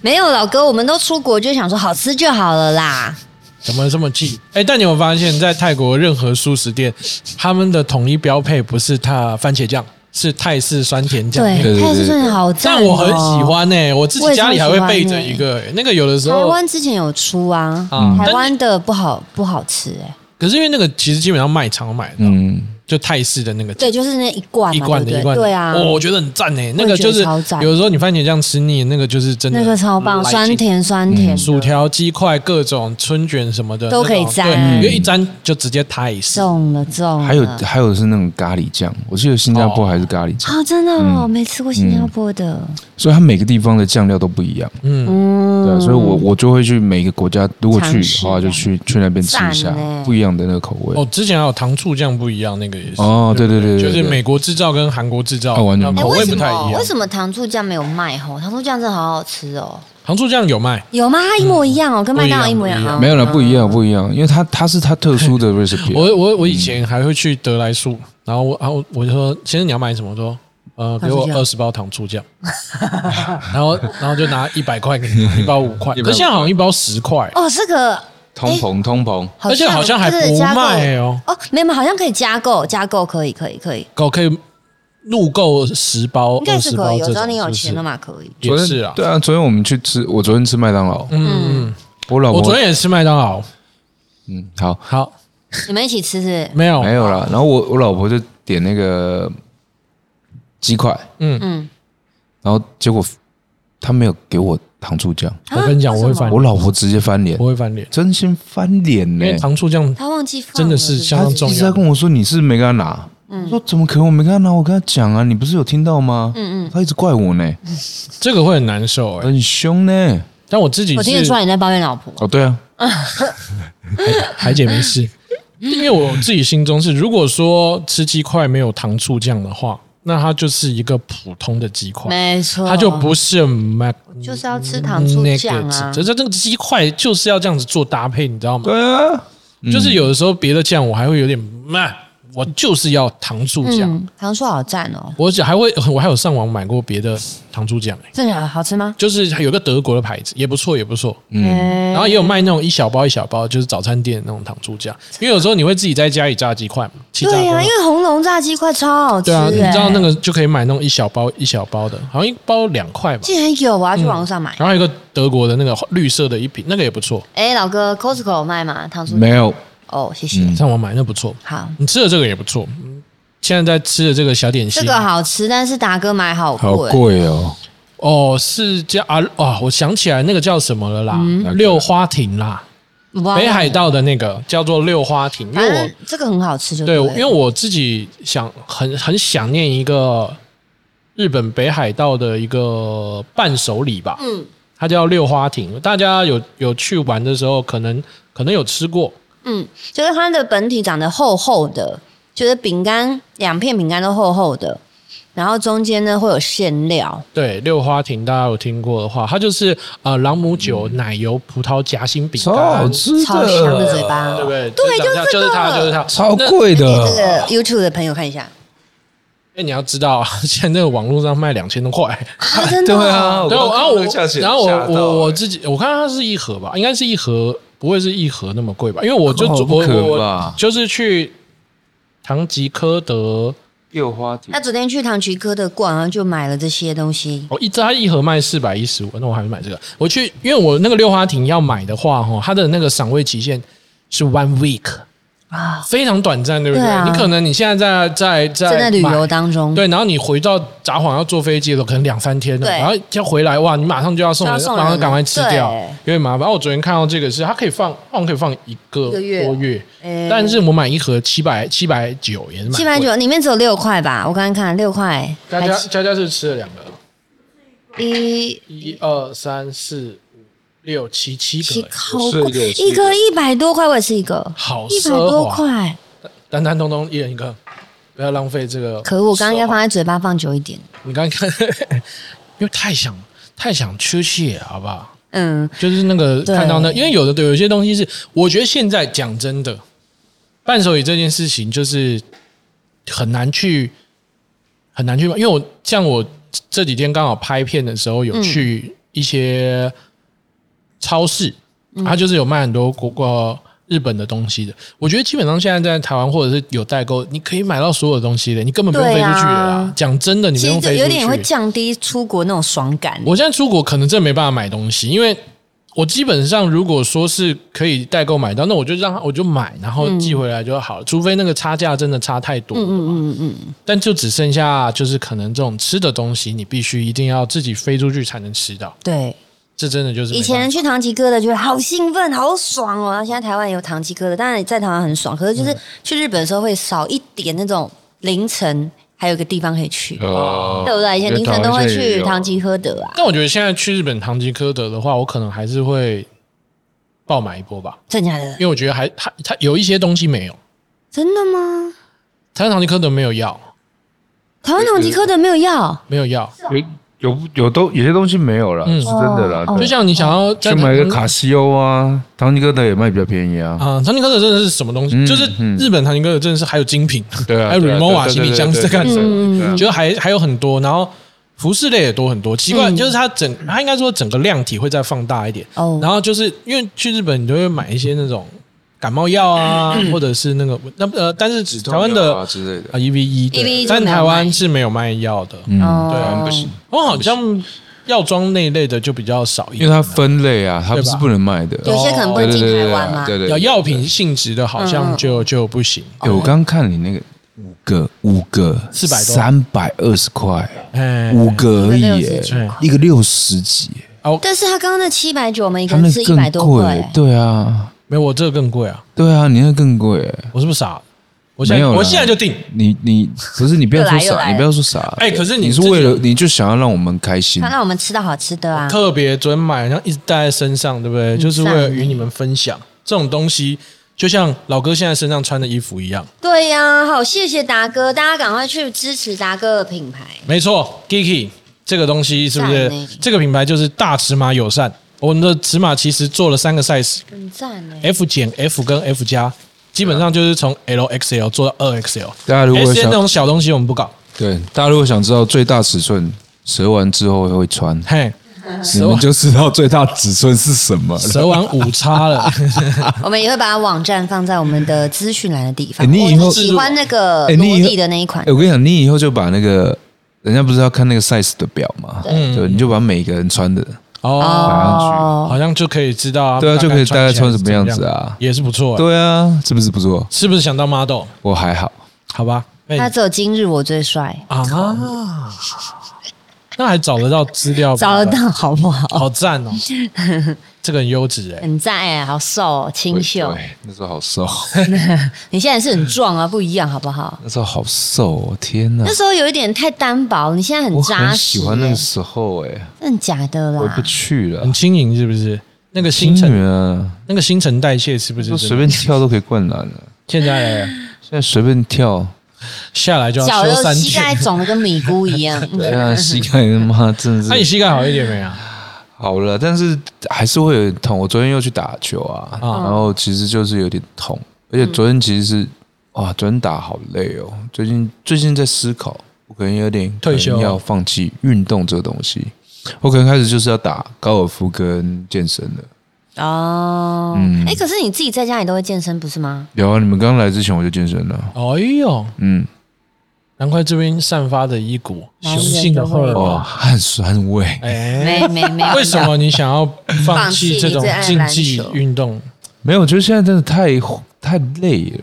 S2: 没有老哥，我们都出国就想说好吃就好了啦。
S1: 怎么这么近？哎，但你有没有发现，在泰国任何素食店，他们的统一标配不是它番茄酱，是泰式酸甜酱面，
S2: 对，
S3: 对
S2: 泰式
S3: 对
S2: 酸甜好赞、哦，
S1: 但我很喜。欢呢、我自己家里还会备着一个、欸，那个有的时
S2: 台
S1: 候
S2: 湾之前有出啊，
S1: 嗯
S2: 台湾的不好不好吃哎、
S1: 可是因为那个其实基本上卖场买的，
S3: 嗯，
S1: 就泰式的那个
S2: 对，就是那一罐
S1: 一
S2: 嘛，
S1: 罐的
S2: 对
S1: 一
S2: 不
S1: 罐
S2: 对？
S1: 的，
S2: 对啊，
S1: 哦我觉得很赞诶，那个就是
S2: 我也觉得超赞
S1: 有时候你番茄酱吃腻，那个就是真的嗯
S2: 那个超棒，
S1: 来劲嗯
S2: 酸甜酸甜的，
S1: 薯条、鸡块、各种春卷什么的
S2: 都可以
S1: 那种
S2: 沾
S1: 对
S2: 嗯
S1: 因为一沾就直接泰式。
S2: 中了中了。
S3: 还有还有是那种咖喱酱，我记得新加坡
S1: 哦
S3: 还是咖喱酱，
S2: 啊，真的哦，
S1: 嗯
S2: 没吃过新加坡的，
S3: 所以它每个地方的酱料都不一样，
S2: 嗯，
S3: 对啊，所以我我就会去每个国家，如果去
S2: 尝
S3: 的
S2: 试
S3: 话，就去去那边吃一下
S2: 赞欸
S3: 不一样的那个口味
S1: 哦，。之前还有糖醋酱不一样，那个也是，
S3: 哦，对对对对，
S1: 就是
S3: 对
S1: 美国制造跟韩国制造
S3: 哦完全
S1: 那
S3: 不
S1: 口
S2: 哎
S1: 味
S2: 为
S1: 不
S2: 什
S1: 太一
S2: 么
S1: 样
S2: 为。什么糖醋酱没有卖吼？糖醋酱真的好好吃哦，
S1: 糖醋酱有卖，
S2: 有吗？它一模一样哦，跟麦当劳一模
S1: 嗯不一
S2: 一样
S1: 样
S2: 哦。
S3: 没有了，不一样不一样，因为它它是它特殊的 recipe，
S1: 我我我以前还会去得来速，然后我然后我就说先生你要买什么？我说呃给
S2: 糖
S1: 我
S2: 醋酱
S1: 二十包糖醋酱， 然后然后就拿一百块给你，一包五块，可是现在好像一包十块，
S2: 哦，这个
S3: 通膨通膨，
S2: 好像
S1: 而且好像还
S2: 这个
S1: 不
S2: 加购
S1: 卖哦
S2: 哦，没有，没有好像可以加购，加购可以，可以，可以，
S1: 我可以入购十包、
S2: 应
S1: 二
S2: 该
S1: 十
S2: 是可
S1: 包这
S2: 以。有
S1: 种，
S2: 时候你有
S1: 是
S2: 钱
S1: 不
S2: 了
S1: 是
S2: 嘛，可以。
S1: 也是啊，
S3: 对啊，昨天我们去吃，我昨天吃麦当劳，
S1: 嗯，
S3: 我老
S1: 我昨
S3: 婆
S1: 天也吃麦当劳，
S3: 嗯好
S1: 好
S2: 你们一起吃是？
S1: 没有
S3: 没有啦，然后我我老婆就点那个鸡块，
S1: 嗯，
S2: 嗯，
S3: 然后结果她没有给我糖醋酱，
S1: 我跟你讲
S2: 啊
S1: 我会
S2: 为什么
S1: 翻
S3: 我老婆直接翻脸
S1: 不，会翻脸，
S3: 真心翻脸
S1: 因
S3: 呢
S1: 为。糖醋酱
S2: 他忘记放了
S1: 真的是
S2: 不
S1: 相
S3: 她
S1: 当
S3: 一
S1: 重
S3: 直在跟我说你是不是没给她拿，
S2: 嗯
S3: 我说怎么可能我没给她拿，我跟她讲啊，你不是有听到吗？嗯嗯，她一直怪我呢，
S1: 这个会很难受哎、
S3: 很凶呢。
S1: 但我自己
S2: 我听得
S1: 是
S2: 出来你在抱怨老婆。
S3: 哦，对啊，
S1: 海姐没事，因为我自己心中是，如果说吃鸡块没有糖醋酱的话，那它就是一个普通的鸡块，
S2: 没错，
S1: 它就不是 mac
S2: 就是要吃糖醋
S1: 那
S2: 酱啊
S1: 个，这这这个鸡块就是要这样子做搭配，你知道吗？
S3: 对啊，
S1: 就是有的时候别的酱我还会有点慢，我就是要糖醋酱。
S2: 嗯，糖醋好赞哦，
S1: 我还会，我还有上网买过别的糖醋酱、欸，
S2: 真的好吃吗？
S1: 就是有个德国的牌子，也不错，也不错。
S2: 嗯，
S1: 然后也有卖那种一小包一小包，就是早餐店那种糖醋酱，因为有时候你会自己在家里炸鸡块嘛，气炸
S2: 对
S1: 锅
S2: 呀、
S1: 嘛
S2: 因为红龙炸鸡块超好吃、
S1: 对
S2: 欸，
S1: 啊，你知道那个就可以买那种一小包一小包的，好像一包两块吧。
S2: 竟然有
S1: 嗯
S2: 啊，去网络上买。
S1: 然后有一个德国的那个绿色的一瓶，那个也不错，
S2: 哎、老哥，Costco 有卖吗？糖醋
S3: 没有，
S2: 哦，谢谢。
S1: 上网买那不错。
S2: 好，
S1: 你吃的这个也不错，嗯现在在吃的这个小点心，
S2: 这个好吃，但是达哥买好
S3: 好
S2: 贵。
S3: 贵哦，
S1: 哦是叫啊啊，我想起来那个叫什么了啦，
S2: 嗯
S1: 六花亭啦，
S2: 哇
S1: 北海道的那个叫做六花亭，因
S2: 反
S1: 为
S2: 正
S1: 我
S2: 这个很好吃就
S1: 对，
S2: 了
S1: 因为我自己想很很想念一个日本北海道的一个伴手礼吧，
S2: 嗯
S1: 它叫六花亭。大家有有去玩的时候，可能可能有吃过，
S2: 嗯，就是它的本体长得厚厚的，就是饼干两片饼干都厚厚的，然后中间呢会有馅料，
S1: 对，六花亭大家有听过的话，它就是呃朗姆酒、奶油、葡萄夹心饼
S3: 超好
S1: 干，
S3: 吃的，
S2: 超香的嘴巴。
S1: 对不对？对，
S2: 就是
S1: 就是就是它，就是它。
S3: 超贵
S2: 这
S3: 的，
S2: 个 YouTube 的朋友看一下，
S1: 哎，你要知道， 现在网络上卖两千多块，
S2: 啊，真的、哦，
S1: 然后然后我
S3: 那个价钱
S1: 然后
S3: 吓
S1: 我
S3: 到
S1: 我我
S3: 欸
S1: 自己我看它是一盒吧，应该是一盒，不会是一盒那么贵吧？因为我就
S3: 哦
S1: 我
S3: 不可能
S1: 我我
S3: 吧
S1: 就是去唐吉诃德，
S3: 六花亭
S2: 他昨天去唐吉诃德逛，然后就买了这些东西。
S1: 哦，一它一盒卖四百一十五，那我还是买这个。我去，因为我那个六花亭要买的话，哈，它的那个赏味期限是 one week
S2: 啊，
S1: 非常短暂，对不对？
S2: 对啊
S1: 你可能你现在在在在
S2: 正在旅游
S1: 买
S2: 当中，
S1: 对，然后你回到札幌要坐飞机的时候，可能两三天了，
S2: 对
S1: 然后要回来哇，你马上就要送人，
S2: 就要送人
S1: 马上赶快
S2: 了
S1: 吃掉，
S2: 对
S1: 有点麻烦。哦我昨天看到这个是它可以放，好像可以放一个
S2: 一个月
S1: 多月，
S2: 哎，
S1: 但是我买一盒七百七百九也是蛮
S2: 七百
S1: 贵的。
S2: 九里面只有六块吧？我刚刚看六块，
S1: 佳
S2: 还
S1: 佳
S2: 七
S1: 佳佳是吃了两个，
S2: 一
S1: 一二三四五六七七
S2: 七
S1: 个
S2: 个
S1: 欸，
S2: 好
S3: 是
S2: 贵，
S3: 有七
S2: 一个一百多块，我也是一个
S1: 好
S2: 一百
S1: 奢
S2: 多
S1: 华，
S2: 块。
S1: 单单通通一人一个，不要浪费这个奢华。
S2: 可恶，我刚刚应该放在嘴巴放久一点。
S1: 你刚刚看， 因为太想太想出去了，好不好？
S2: 嗯，
S1: 就是那个
S2: 对
S1: 看到那，因为有的对，有些东西是，我觉得现在讲真的，伴手礼这件事情就是很难去很难去，因为我像我这几天刚好拍片的时候，有
S2: 嗯嗯
S1: 去一些超市，它就是有卖很多国国日本的东西的。我觉得基本上现在在台湾或者是有代购，你可以买到所有东西的，你根本不用飞出去
S2: 对
S1: 了
S2: 啊
S1: 啦。讲真的，你不
S2: 其实
S1: 用
S2: 就
S1: 飞
S2: 有
S1: 出
S2: 点会
S1: 去。
S2: 降低出国那种爽感。
S1: 我现在出国可能真的没办法买东西，因为我基本上如果说是可以代购买到，那我就让他我就买，然后寄回来就好了。除非那个差价真的差太多，
S2: 嗯嗯嗯嗯嗯，
S1: 但就只剩下就是可能这种吃的东西，你必须一定要自己飞出去才能吃到。
S2: 对。
S1: 这真的就是没
S2: 以
S1: 办
S2: 前
S1: 法
S2: 去唐吉诃德觉得好兴奋、好爽哦，然后现在台湾也有唐吉诃德，当然在台湾很爽，可是就是去日本的时候会少一点那种凌晨还有个地方可以去，
S4: 哦
S2: 对不对？以前凌晨都会去唐吉诃德啊，
S1: 但我觉得现在去日本唐吉诃德的话，我可能还是会爆买一波吧，
S2: 真的假的
S1: 因？为我觉得还它它有一些东西没有，
S2: 真的吗？
S1: 台湾唐吉诃德没有药，
S2: 台湾唐吉诃德没有药，
S1: 没有药，
S4: 有有有都有些东西没有了，
S1: 嗯
S4: 是真的啦。
S2: 哦
S1: 就
S4: 对
S1: 像你想要在嗯
S4: 去买个
S1: 唐
S4: 卡西欧啊，唐吉诃德也卖比较便宜啊。
S1: 啊、唐吉诃德真的是什么东西？
S3: 嗯
S1: 就是
S3: 嗯
S1: 日本唐吉诃德真的是还有精品，
S4: 对啊，
S1: 还有
S4: 对啊
S1: Remova
S4: 对
S1: 行
S4: 对
S1: 李箱
S4: 对
S1: 是干
S3: 啊
S4: 对
S1: 什
S4: 对对
S2: 嗯
S1: 觉得还还有很多，然后服饰类也多很多。奇怪，
S2: 嗯
S1: 就是它整它应该说整个量体会再放大一点。
S2: 哦
S1: 然后就是因为去日本，你都会买一些那种感冒药啊，
S2: 嗯
S1: 或者是那个那呃，但是台湾的
S3: 啊之类的，
S1: 啊 E V E，
S2: EVE
S1: 但
S2: 就没有
S1: 台湾
S2: 卖
S1: 是没有卖药的。
S3: 嗯，
S1: 对啊
S2: 哦
S1: 不行我好像药妆那一类的就比较少一
S3: 因为
S1: 点，
S3: 它分类啊，它不是不能卖的。
S2: 有些可能不能进台湾嘛，
S3: 对对
S1: 要
S3: 对，
S1: 药品性质的，好
S2: 嗯
S1: 像就就不行。
S3: 哎我刚看你那个五个五个
S1: 400多
S3: 三百二十块，
S1: 哎，
S4: 嗯
S3: 五个而已耶
S1: 几块，
S3: 一个六十几耶，
S2: 但是他刚刚那七百九，我们一
S3: 他
S2: 个
S3: 那
S2: 人吃一百
S3: 更
S2: 多
S3: 贵
S2: 块，，
S3: 对啊，
S1: 没有我这个更贵啊！
S3: 对啊，你那更贵耶，
S1: 我是不是傻？我现
S3: 没
S1: 在
S3: 有啦
S1: 我现在就定。
S3: 你你不是你不要
S2: 又
S3: 说
S2: 来又
S3: 傻，
S2: 来
S3: 你不要说傻，
S1: 哎可是你
S3: 你是
S1: 自己
S3: 为了你就想要让我们开心
S2: 他，让我们吃到好吃的啊，
S1: 特别准买，然后一直带在身上，对不对？就是为了与你们分享这种东西，就像老哥现在身上穿的衣服一样。
S2: 对呀、好，谢谢达哥，大家赶快去支持达哥的品牌。
S1: 没错，Geeky 这个东西是不是
S2: 赞欸？
S1: 这个品牌就是大尺码友善。我们的尺码其实做了三个 size，F
S2: 很赞欸呢、
S3: 哎
S1: 减、F 跟 F 加，基本上就是从 LXL 做到二哎 XL。
S3: 大家如果
S1: S 那
S3: 想
S1: 种小东西我们不搞，
S3: 对大家如果想知道最大尺寸折完之后会穿，
S1: 嘿，
S3: 你们就知道最大尺寸是什么了。
S1: 折完五叉了。
S2: 我们也会把网站放在我们的资讯栏的地方。
S3: 哎你以后
S2: 我是喜欢那个
S3: 哎你
S2: 落
S3: 以后
S2: 地的那一款，
S3: 哎我跟你讲，你以后就把那个人家不是要看那个 size 的表嘛，
S1: 嗯
S3: 对，你就把每个人穿的，
S1: 哦，
S3: 哦
S1: 好像就可以知道啊，
S3: 对啊，就可以大概
S1: 起来
S3: 穿
S1: 是
S3: 什么样子，啊？
S1: 也是不错欸。
S3: 对啊，是不是不错？
S1: 是不是想当 model？
S3: 我还好，
S1: 好吧，哎
S2: 他只有今日我最帅，
S1: 啊，那还找得到资料吧，
S2: 找得到好不好？
S1: 好赞 哦，这个很优质哎，
S2: 很赞哎、好瘦、哦，清秀。
S3: 对，那时候好瘦，
S2: 你现在是很壮啊，不一样好不好？
S3: 那时候好瘦哦，天哪
S2: 那！时候有一点太单薄，你现在很
S3: 我
S2: 扎
S3: 很
S2: 实、
S3: 喜欢那个时候，哎，
S2: 真的假的
S3: 回不
S2: 啦？
S3: 去了
S1: 很。轻盈是不是？那个新
S3: 新
S1: 陈
S3: 人啊，
S1: 那个新陈代谢是不是
S3: 就
S1: 真的
S3: 随便跳都可以灌篮了，
S1: 现在
S3: 现在随便跳，
S1: 下来就
S2: 脚
S1: 要修
S2: 又
S1: 三
S2: 膝盖
S1: 圈？
S2: 肿的跟米糊一样，
S3: 对啊，膝盖 他妈真的是
S1: 那你膝盖好一点没啊？
S3: 好了，但是还是会有点痛。我昨天又去打球啊，
S1: 啊嗯
S3: 然后其实就是有点痛，而且昨天其实是哇，昨天打好累哦。最近最近在思考，我可能有点
S1: 退休
S3: 可能要放弃运动这个东西。我可能开始就是要打高尔夫跟健身了。
S2: 哦，哎、可是你自己在家里都会健身不是吗？
S3: 有啊，你们刚来之前我就健身了，
S1: 哎呦，
S3: 嗯，
S1: 难怪这边散发着一股
S2: 男
S1: 雄
S2: 人
S1: 性的
S2: 都
S1: 荷
S2: 会
S1: 尔
S3: 哇，
S1: 蒙。
S3: 汗酸味，
S1: 哎，
S2: 没没没，
S1: 为什么你想要放弃这种
S2: 放弃你最爱
S1: 竞
S2: 篮
S1: 技
S2: 球
S1: 运动？
S3: 没有，我觉得现在真的太太累了。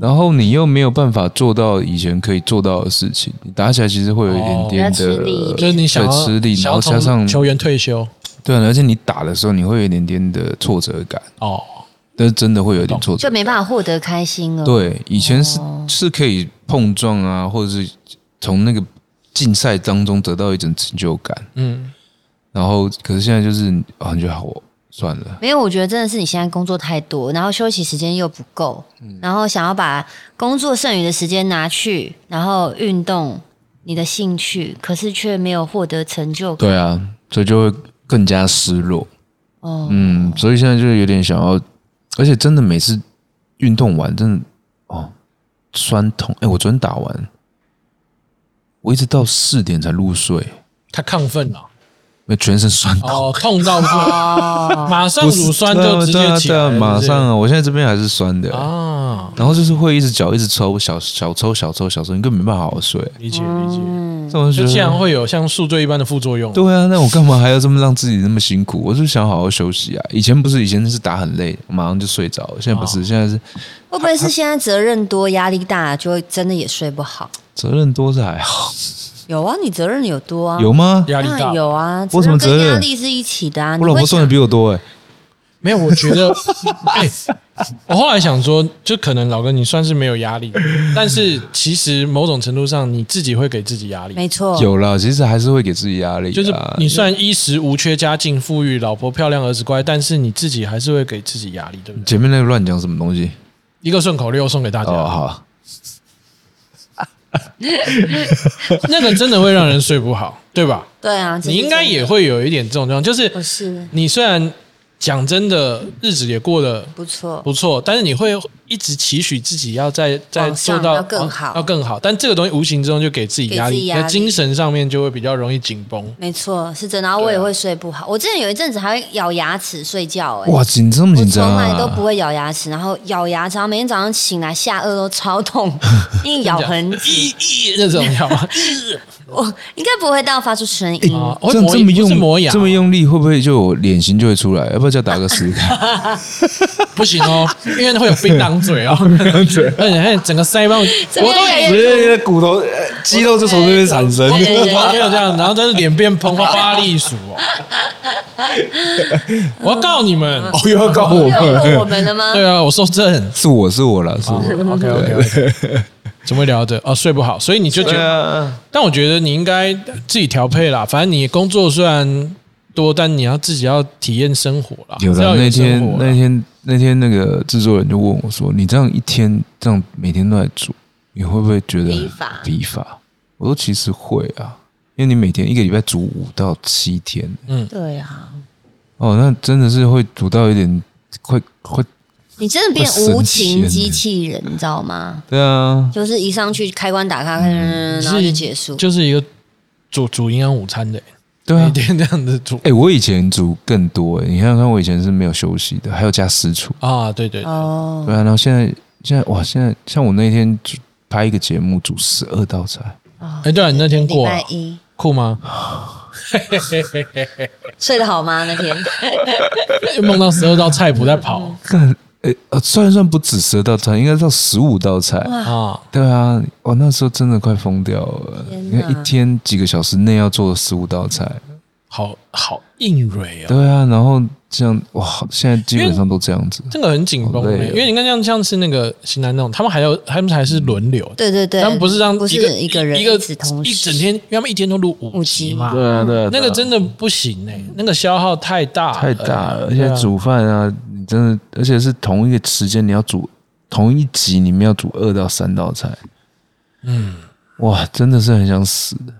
S3: 然后你又没有办法做到以前可以做到的事情，你打起来其实会有一点点的、
S2: 哦比较吃力一点
S1: 就是你想要
S3: 对吃力，
S1: 想
S3: 然
S1: 要
S3: 后加上
S1: 从球员退休
S3: 对、啊，而且你打的时候你会有一点点的挫折感，
S1: 哦，
S3: 但是真的会有一点挫 折
S2: 就。没办法获得开心哦了。
S3: 对，以前
S2: 哦
S3: 是、是可以碰撞啊，或者是从那个竞赛当中得到一种成就感，
S1: 嗯。
S3: 然后可是现在就是啊，你觉得好我算了，
S2: 没有，我觉得真的是你现在工作太多，然后休息时间又不够，然后想要把工作剩余的时间拿去，然后运动你的兴趣，可是却没有获得成就感。
S3: 对啊，所以就会更加失落。
S2: 哦，
S3: 嗯，所以现在就有点想要，而且真的每次运动完，真的哦，酸痛。哎、我昨天打完，我一直到四点才入睡，
S1: 太亢奋了，
S3: 没那全身酸痛，
S1: 哦，痛到不行，马上
S3: 不是
S1: 乳酸
S3: 对啊
S1: 就直
S3: 对啊
S1: 接起
S3: 对
S1: 来
S3: 啊
S1: 了，
S3: 马
S1: 是不是
S3: 上啊！我现在这边还是酸的，
S1: 啊，
S3: 然后就是会一直脚一直抽，小小抽小抽小抽，你根本没办法好好睡。
S1: 理解
S2: 嗯
S1: 理解，
S3: 这我
S1: 嗯就
S3: 就
S1: 竟
S3: 觉
S1: 然
S3: 得，
S1: 会有像宿醉一般的副作用，
S3: 对啊，那我干嘛还要这么让自己那么辛苦？我就想好好休息啊！以前不是，以前是打很累，马上就睡着，现在
S1: 哦
S3: 不是，现在是
S2: 会不会是现在责任多、压力大，就会真的也睡不好？
S3: 责任多是还好，
S2: 有啊，你责任有多啊？
S3: 有吗？
S1: 压力
S2: 当
S1: 大
S2: 然。有啊，
S3: 我什么责
S2: 跟
S3: 任
S2: 压力是一起的啊。
S3: 我老
S2: 你
S3: 婆
S2: 会
S3: 赚的
S2: 想
S3: 比我多哎、
S1: 没有，我觉得， 哎、我后来想说，就可能老哥你算是没有压 力，但是其实某种程度上你自己会给自己压力。
S2: 没错，
S3: 有啦，其实还是会给自己压力啊、
S1: 就是你虽然衣食无缺、家境富裕、老婆漂亮、儿子乖，但是你自己还是会给自己压力，对不对？
S3: 前面那个乱讲什么东西？
S1: 一个顺口溜送给
S2: 啊
S1: 大家，
S3: 哦，好，
S1: 那个真的会让人睡不好，对吧？
S2: 对啊，这
S1: 你
S2: 是
S1: 应该
S2: 真的
S1: 也会有一点这种状况，就是
S2: 不是
S1: 你虽然讲真的日子也过得
S2: 不错，
S1: 不错，但是你会一直期许自己要再再
S2: 往上
S1: 做到
S2: 要更好
S1: 哦要更好。但这个东西无形之中就给自己压
S2: 给
S1: 力，
S2: 自己压力
S1: 你的精神上面就会比较容易紧绷。
S2: 没错是真的。然
S1: 啊
S2: 后我也会睡不好，我之前有一阵子还会咬牙齿睡觉、欸，
S3: 哇，紧这么
S2: 我
S3: 紧张
S2: 从来
S3: 啊！
S2: 都不会咬牙齿，然后咬牙齿，然后每天早上醒来下颚都 超痛，因为咬很紧。
S1: 咦这种要 吗？
S2: 我应该不会到发出声音，
S1: 啊，
S3: 这样
S1: 磨
S3: 这么
S1: 不是
S3: 用
S1: 磨
S2: 啊
S1: 牙，
S3: 这么用力，会不会就有脸型就会出来？要 不要叫打个试试看？
S1: 不行哦，因为会有槟榔嘴哦，而且还整个腮帮，
S2: 这边
S1: 我都
S2: 有
S1: 以
S2: 一
S1: 为
S2: 个
S3: 是骨头、呃肌肉就从这边产生
S1: 我
S2: 对对
S1: 我没有这样，然后但是脸变膨，花花栗鼠 哦。我要告你们，
S3: 哦，又要告我
S2: 有问我
S3: 们？
S2: 们了 吗？
S1: 对啊，我受震。
S3: 是我是我了，是我。
S2: 哦
S1: OK OK，怎么 会聊的？哦，睡不好，所以你就觉
S3: 对
S1: 得，
S3: 啊，
S1: 但我觉得你应该自己调配啦。反正你工作虽然多，但你要自己要体验生活啦。
S3: 有
S1: 是啊要
S3: 的那天
S1: 生活啦
S3: 那天那天那个制作人就问我说：“你这样一天这样每天都在煮，你会不会觉得
S2: 疲乏
S3: 疲乏？”我说：“其实会啊，因为你每天一个礼拜煮五到七天，
S2: 对啊，
S3: 哦，那真的是会煮到有点快快。
S2: 你真的变无情机器人，你知道吗？
S3: 对啊，
S2: 就是一上去开关打开，然后就结束。
S1: 嗯就是一个煮煮营养午餐的，
S3: 对
S1: 每
S3: 啊。
S1: 天这样子煮
S3: 哎、我以前煮更多、欸，你想想看，我以前是没有休息的，还有加私厨。
S1: 啊，对对，对
S2: 哦，
S3: 对啊，然后现在现在哇，现在像我那天煮拍一个节目，煮十二道菜，
S1: 哎，对啊，你那天
S2: 礼
S1: 过
S2: 拜
S1: 啊
S2: 一
S1: 酷吗？
S2: 睡得好吗？那天
S1: 哎梦到十二道菜谱在 跑啊
S3: 看，哎、呃，算一算不止十二道菜，应该到十五道菜。
S2: 嗯
S1: 啊，
S3: 对啊，我那时候真的快疯掉了。
S2: 天
S3: 你看一
S2: 哪
S3: 天几个小时内要做十五道菜，
S1: 好好硬蕊哦，
S3: 对啊，然后这样哇，现在基本上都这样子。
S1: 这个很紧绷
S3: 好
S1: 欸
S3: 累哦，
S1: 因为你看像像是那个型男那种，他们还有他们还是轮流的，
S2: 对对对，
S1: 他们不是让
S2: 不是
S1: 一个
S2: 一个人
S1: 一个
S2: 直同时
S1: 一整天，因为他们一天都录五
S2: 五集嗯
S1: 集嘛，
S3: 啊，对啊
S1: 那个真的不行哎，那个消耗太大
S3: 太大了，而且
S1: 对啊
S3: 煮饭啊，你真的，而且是同一个时间你要煮同一集，你们要煮二到三道菜，嗯，哇，真的是很想死的。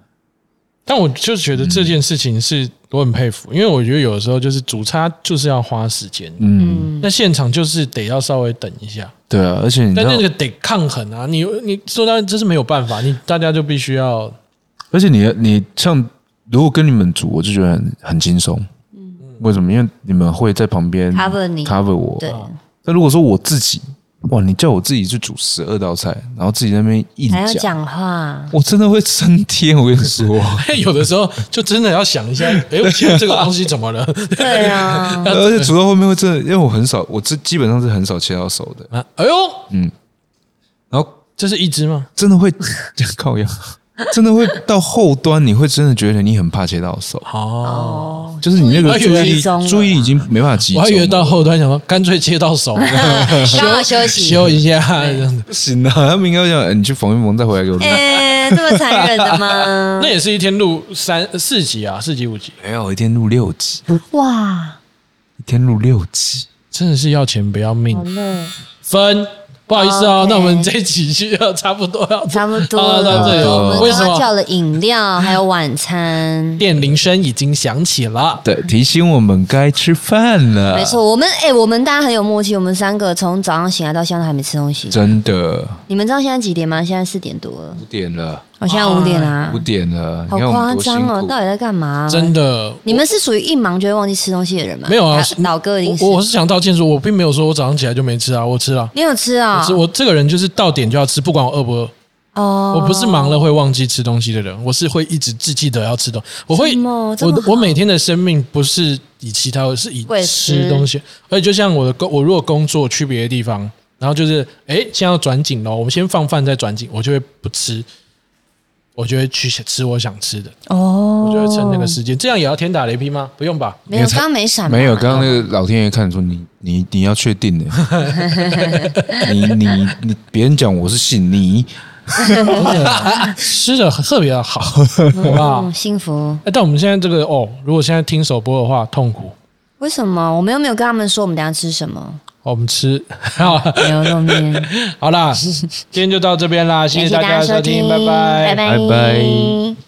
S1: 但我就觉得这件事情是我很佩服，因为我觉得有的时候就是煮差就是要花时间，
S3: 嗯，
S1: 那现场就是得要稍微等一下，
S3: 对啊，而且你知
S1: 但
S3: 道
S1: 那，个得抗衡啊，你你说到这是没有办法，你大家就必须要
S3: 而且你你像如果跟你们煮，我就觉得很很轻松。为什么？因为你们会在旁边
S2: 嗯 cover 你
S3: cover 我。
S1: 啊
S2: 对，
S3: 那如果说我自己，哇，你叫我自己去煮十二道菜，然后自己在那边硬
S2: 还要
S3: 讲，
S2: 讲 话，
S3: 我真的会升天。我跟你 说，
S1: 有的时候就真的要想一下，哎， 我觉得这个东西怎么了？
S2: 对 啊，
S3: 而且煮到后面会真的，因为我很少，我这基本上是很少切到手的，
S1: 啊哎呦，
S3: 然后
S1: 这是一只吗？
S3: 真的会 靠腰，真的会到后端，你会真的觉得你很怕切到手，
S1: 哦，
S2: 哦，
S3: 就是你那个
S1: 注
S3: 注
S1: 意
S3: 意
S2: 集中
S3: 力
S2: 了
S3: 注意力已经没办法集
S1: 我
S3: 中了，
S1: 还以为到后端想说，干脆切到 手，
S2: 刚好休息。
S1: 修一下这样子，
S3: 不行啊，他们应该讲、哎你去缝一缝再回来给我看。
S2: 哎、这么残忍的吗
S1: 那？也是一天录三四集啊，四集五集，
S3: 没有，哎一天录六集，
S2: 哇，
S3: 一天录六集，
S1: 真的是要钱不要命
S2: 好。累，
S1: 分，不好意思啊，
S2: 嗯哦 OK
S1: 那我们这一集就要差不多要
S2: 差不多
S1: 啊到这里
S2: 我
S1: 了。
S2: 们
S1: 为
S2: 刚
S1: 什
S2: 刚
S1: 么
S2: 叫了饮料，还有晚餐。
S1: 电铃声已经响起了？
S3: 对，提醒我们该吃饭
S1: 啊
S3: 了。
S2: 没，错，我们哎、我们大家很有默契，我们三个从早上醒来到现在都还没吃东西。
S3: 真的
S1: 哦
S2: 你们知道现在几点吗？现在四点多了。
S3: 五点了，
S2: 我现在五点啊
S3: 五，点了，
S2: 好
S3: 你看我
S2: 夸
S3: 们多辛
S2: 张哦！
S3: 苦
S2: 到底在干嘛？
S1: 真的。
S2: 你们是属于一忙就会忘记吃东西的人吗？
S1: 没有啊
S2: 还老哥一定是
S1: 我。我是想道歉说，我并没有说我早上起来就没吃啊，我吃了。
S2: 你有吃啊
S1: 我吃？我这个人就是到点就要吃，不管我饿不饿。
S2: 哦
S1: 我不是忙了会忘记吃东西的人，我是会一直记记得要吃东西。我会
S2: 什么
S1: 我
S2: 这么好
S1: 我每天的生命不是以其他的，是以
S2: 为吃
S1: 吃东西。而且就像我的工，我如果工作去别的地方，然后就是哎，诶现在要转景喽，我们先放饭再转景，我就会不吃，我就会去吃我想吃的，
S2: 哦，
S1: 我就会趁那个时间。这样也要天打雷劈吗？不用吧。
S2: 没有，刚刚没闪嘛，
S3: 没有，刚刚那个老天爷看得出你，你你要确定的， 你你你，别人讲我是信你，
S1: 吃的特别的好，好不好？
S2: 嗯，幸福。
S1: 哎，但我们现在这个哦，如果现在听首播的话，痛苦。
S2: 为什么？我们又没有跟他们说我们等一下吃什 么
S1: 哦我们吃，
S2: 牛肉面。
S1: 好啦，今天就到这边啦，谢谢
S2: 感 谢
S1: 大
S2: 大
S1: 家
S2: 家
S1: 的
S2: 收
S1: 收
S2: 听
S1: 听，，拜拜
S2: 拜拜
S4: 拜拜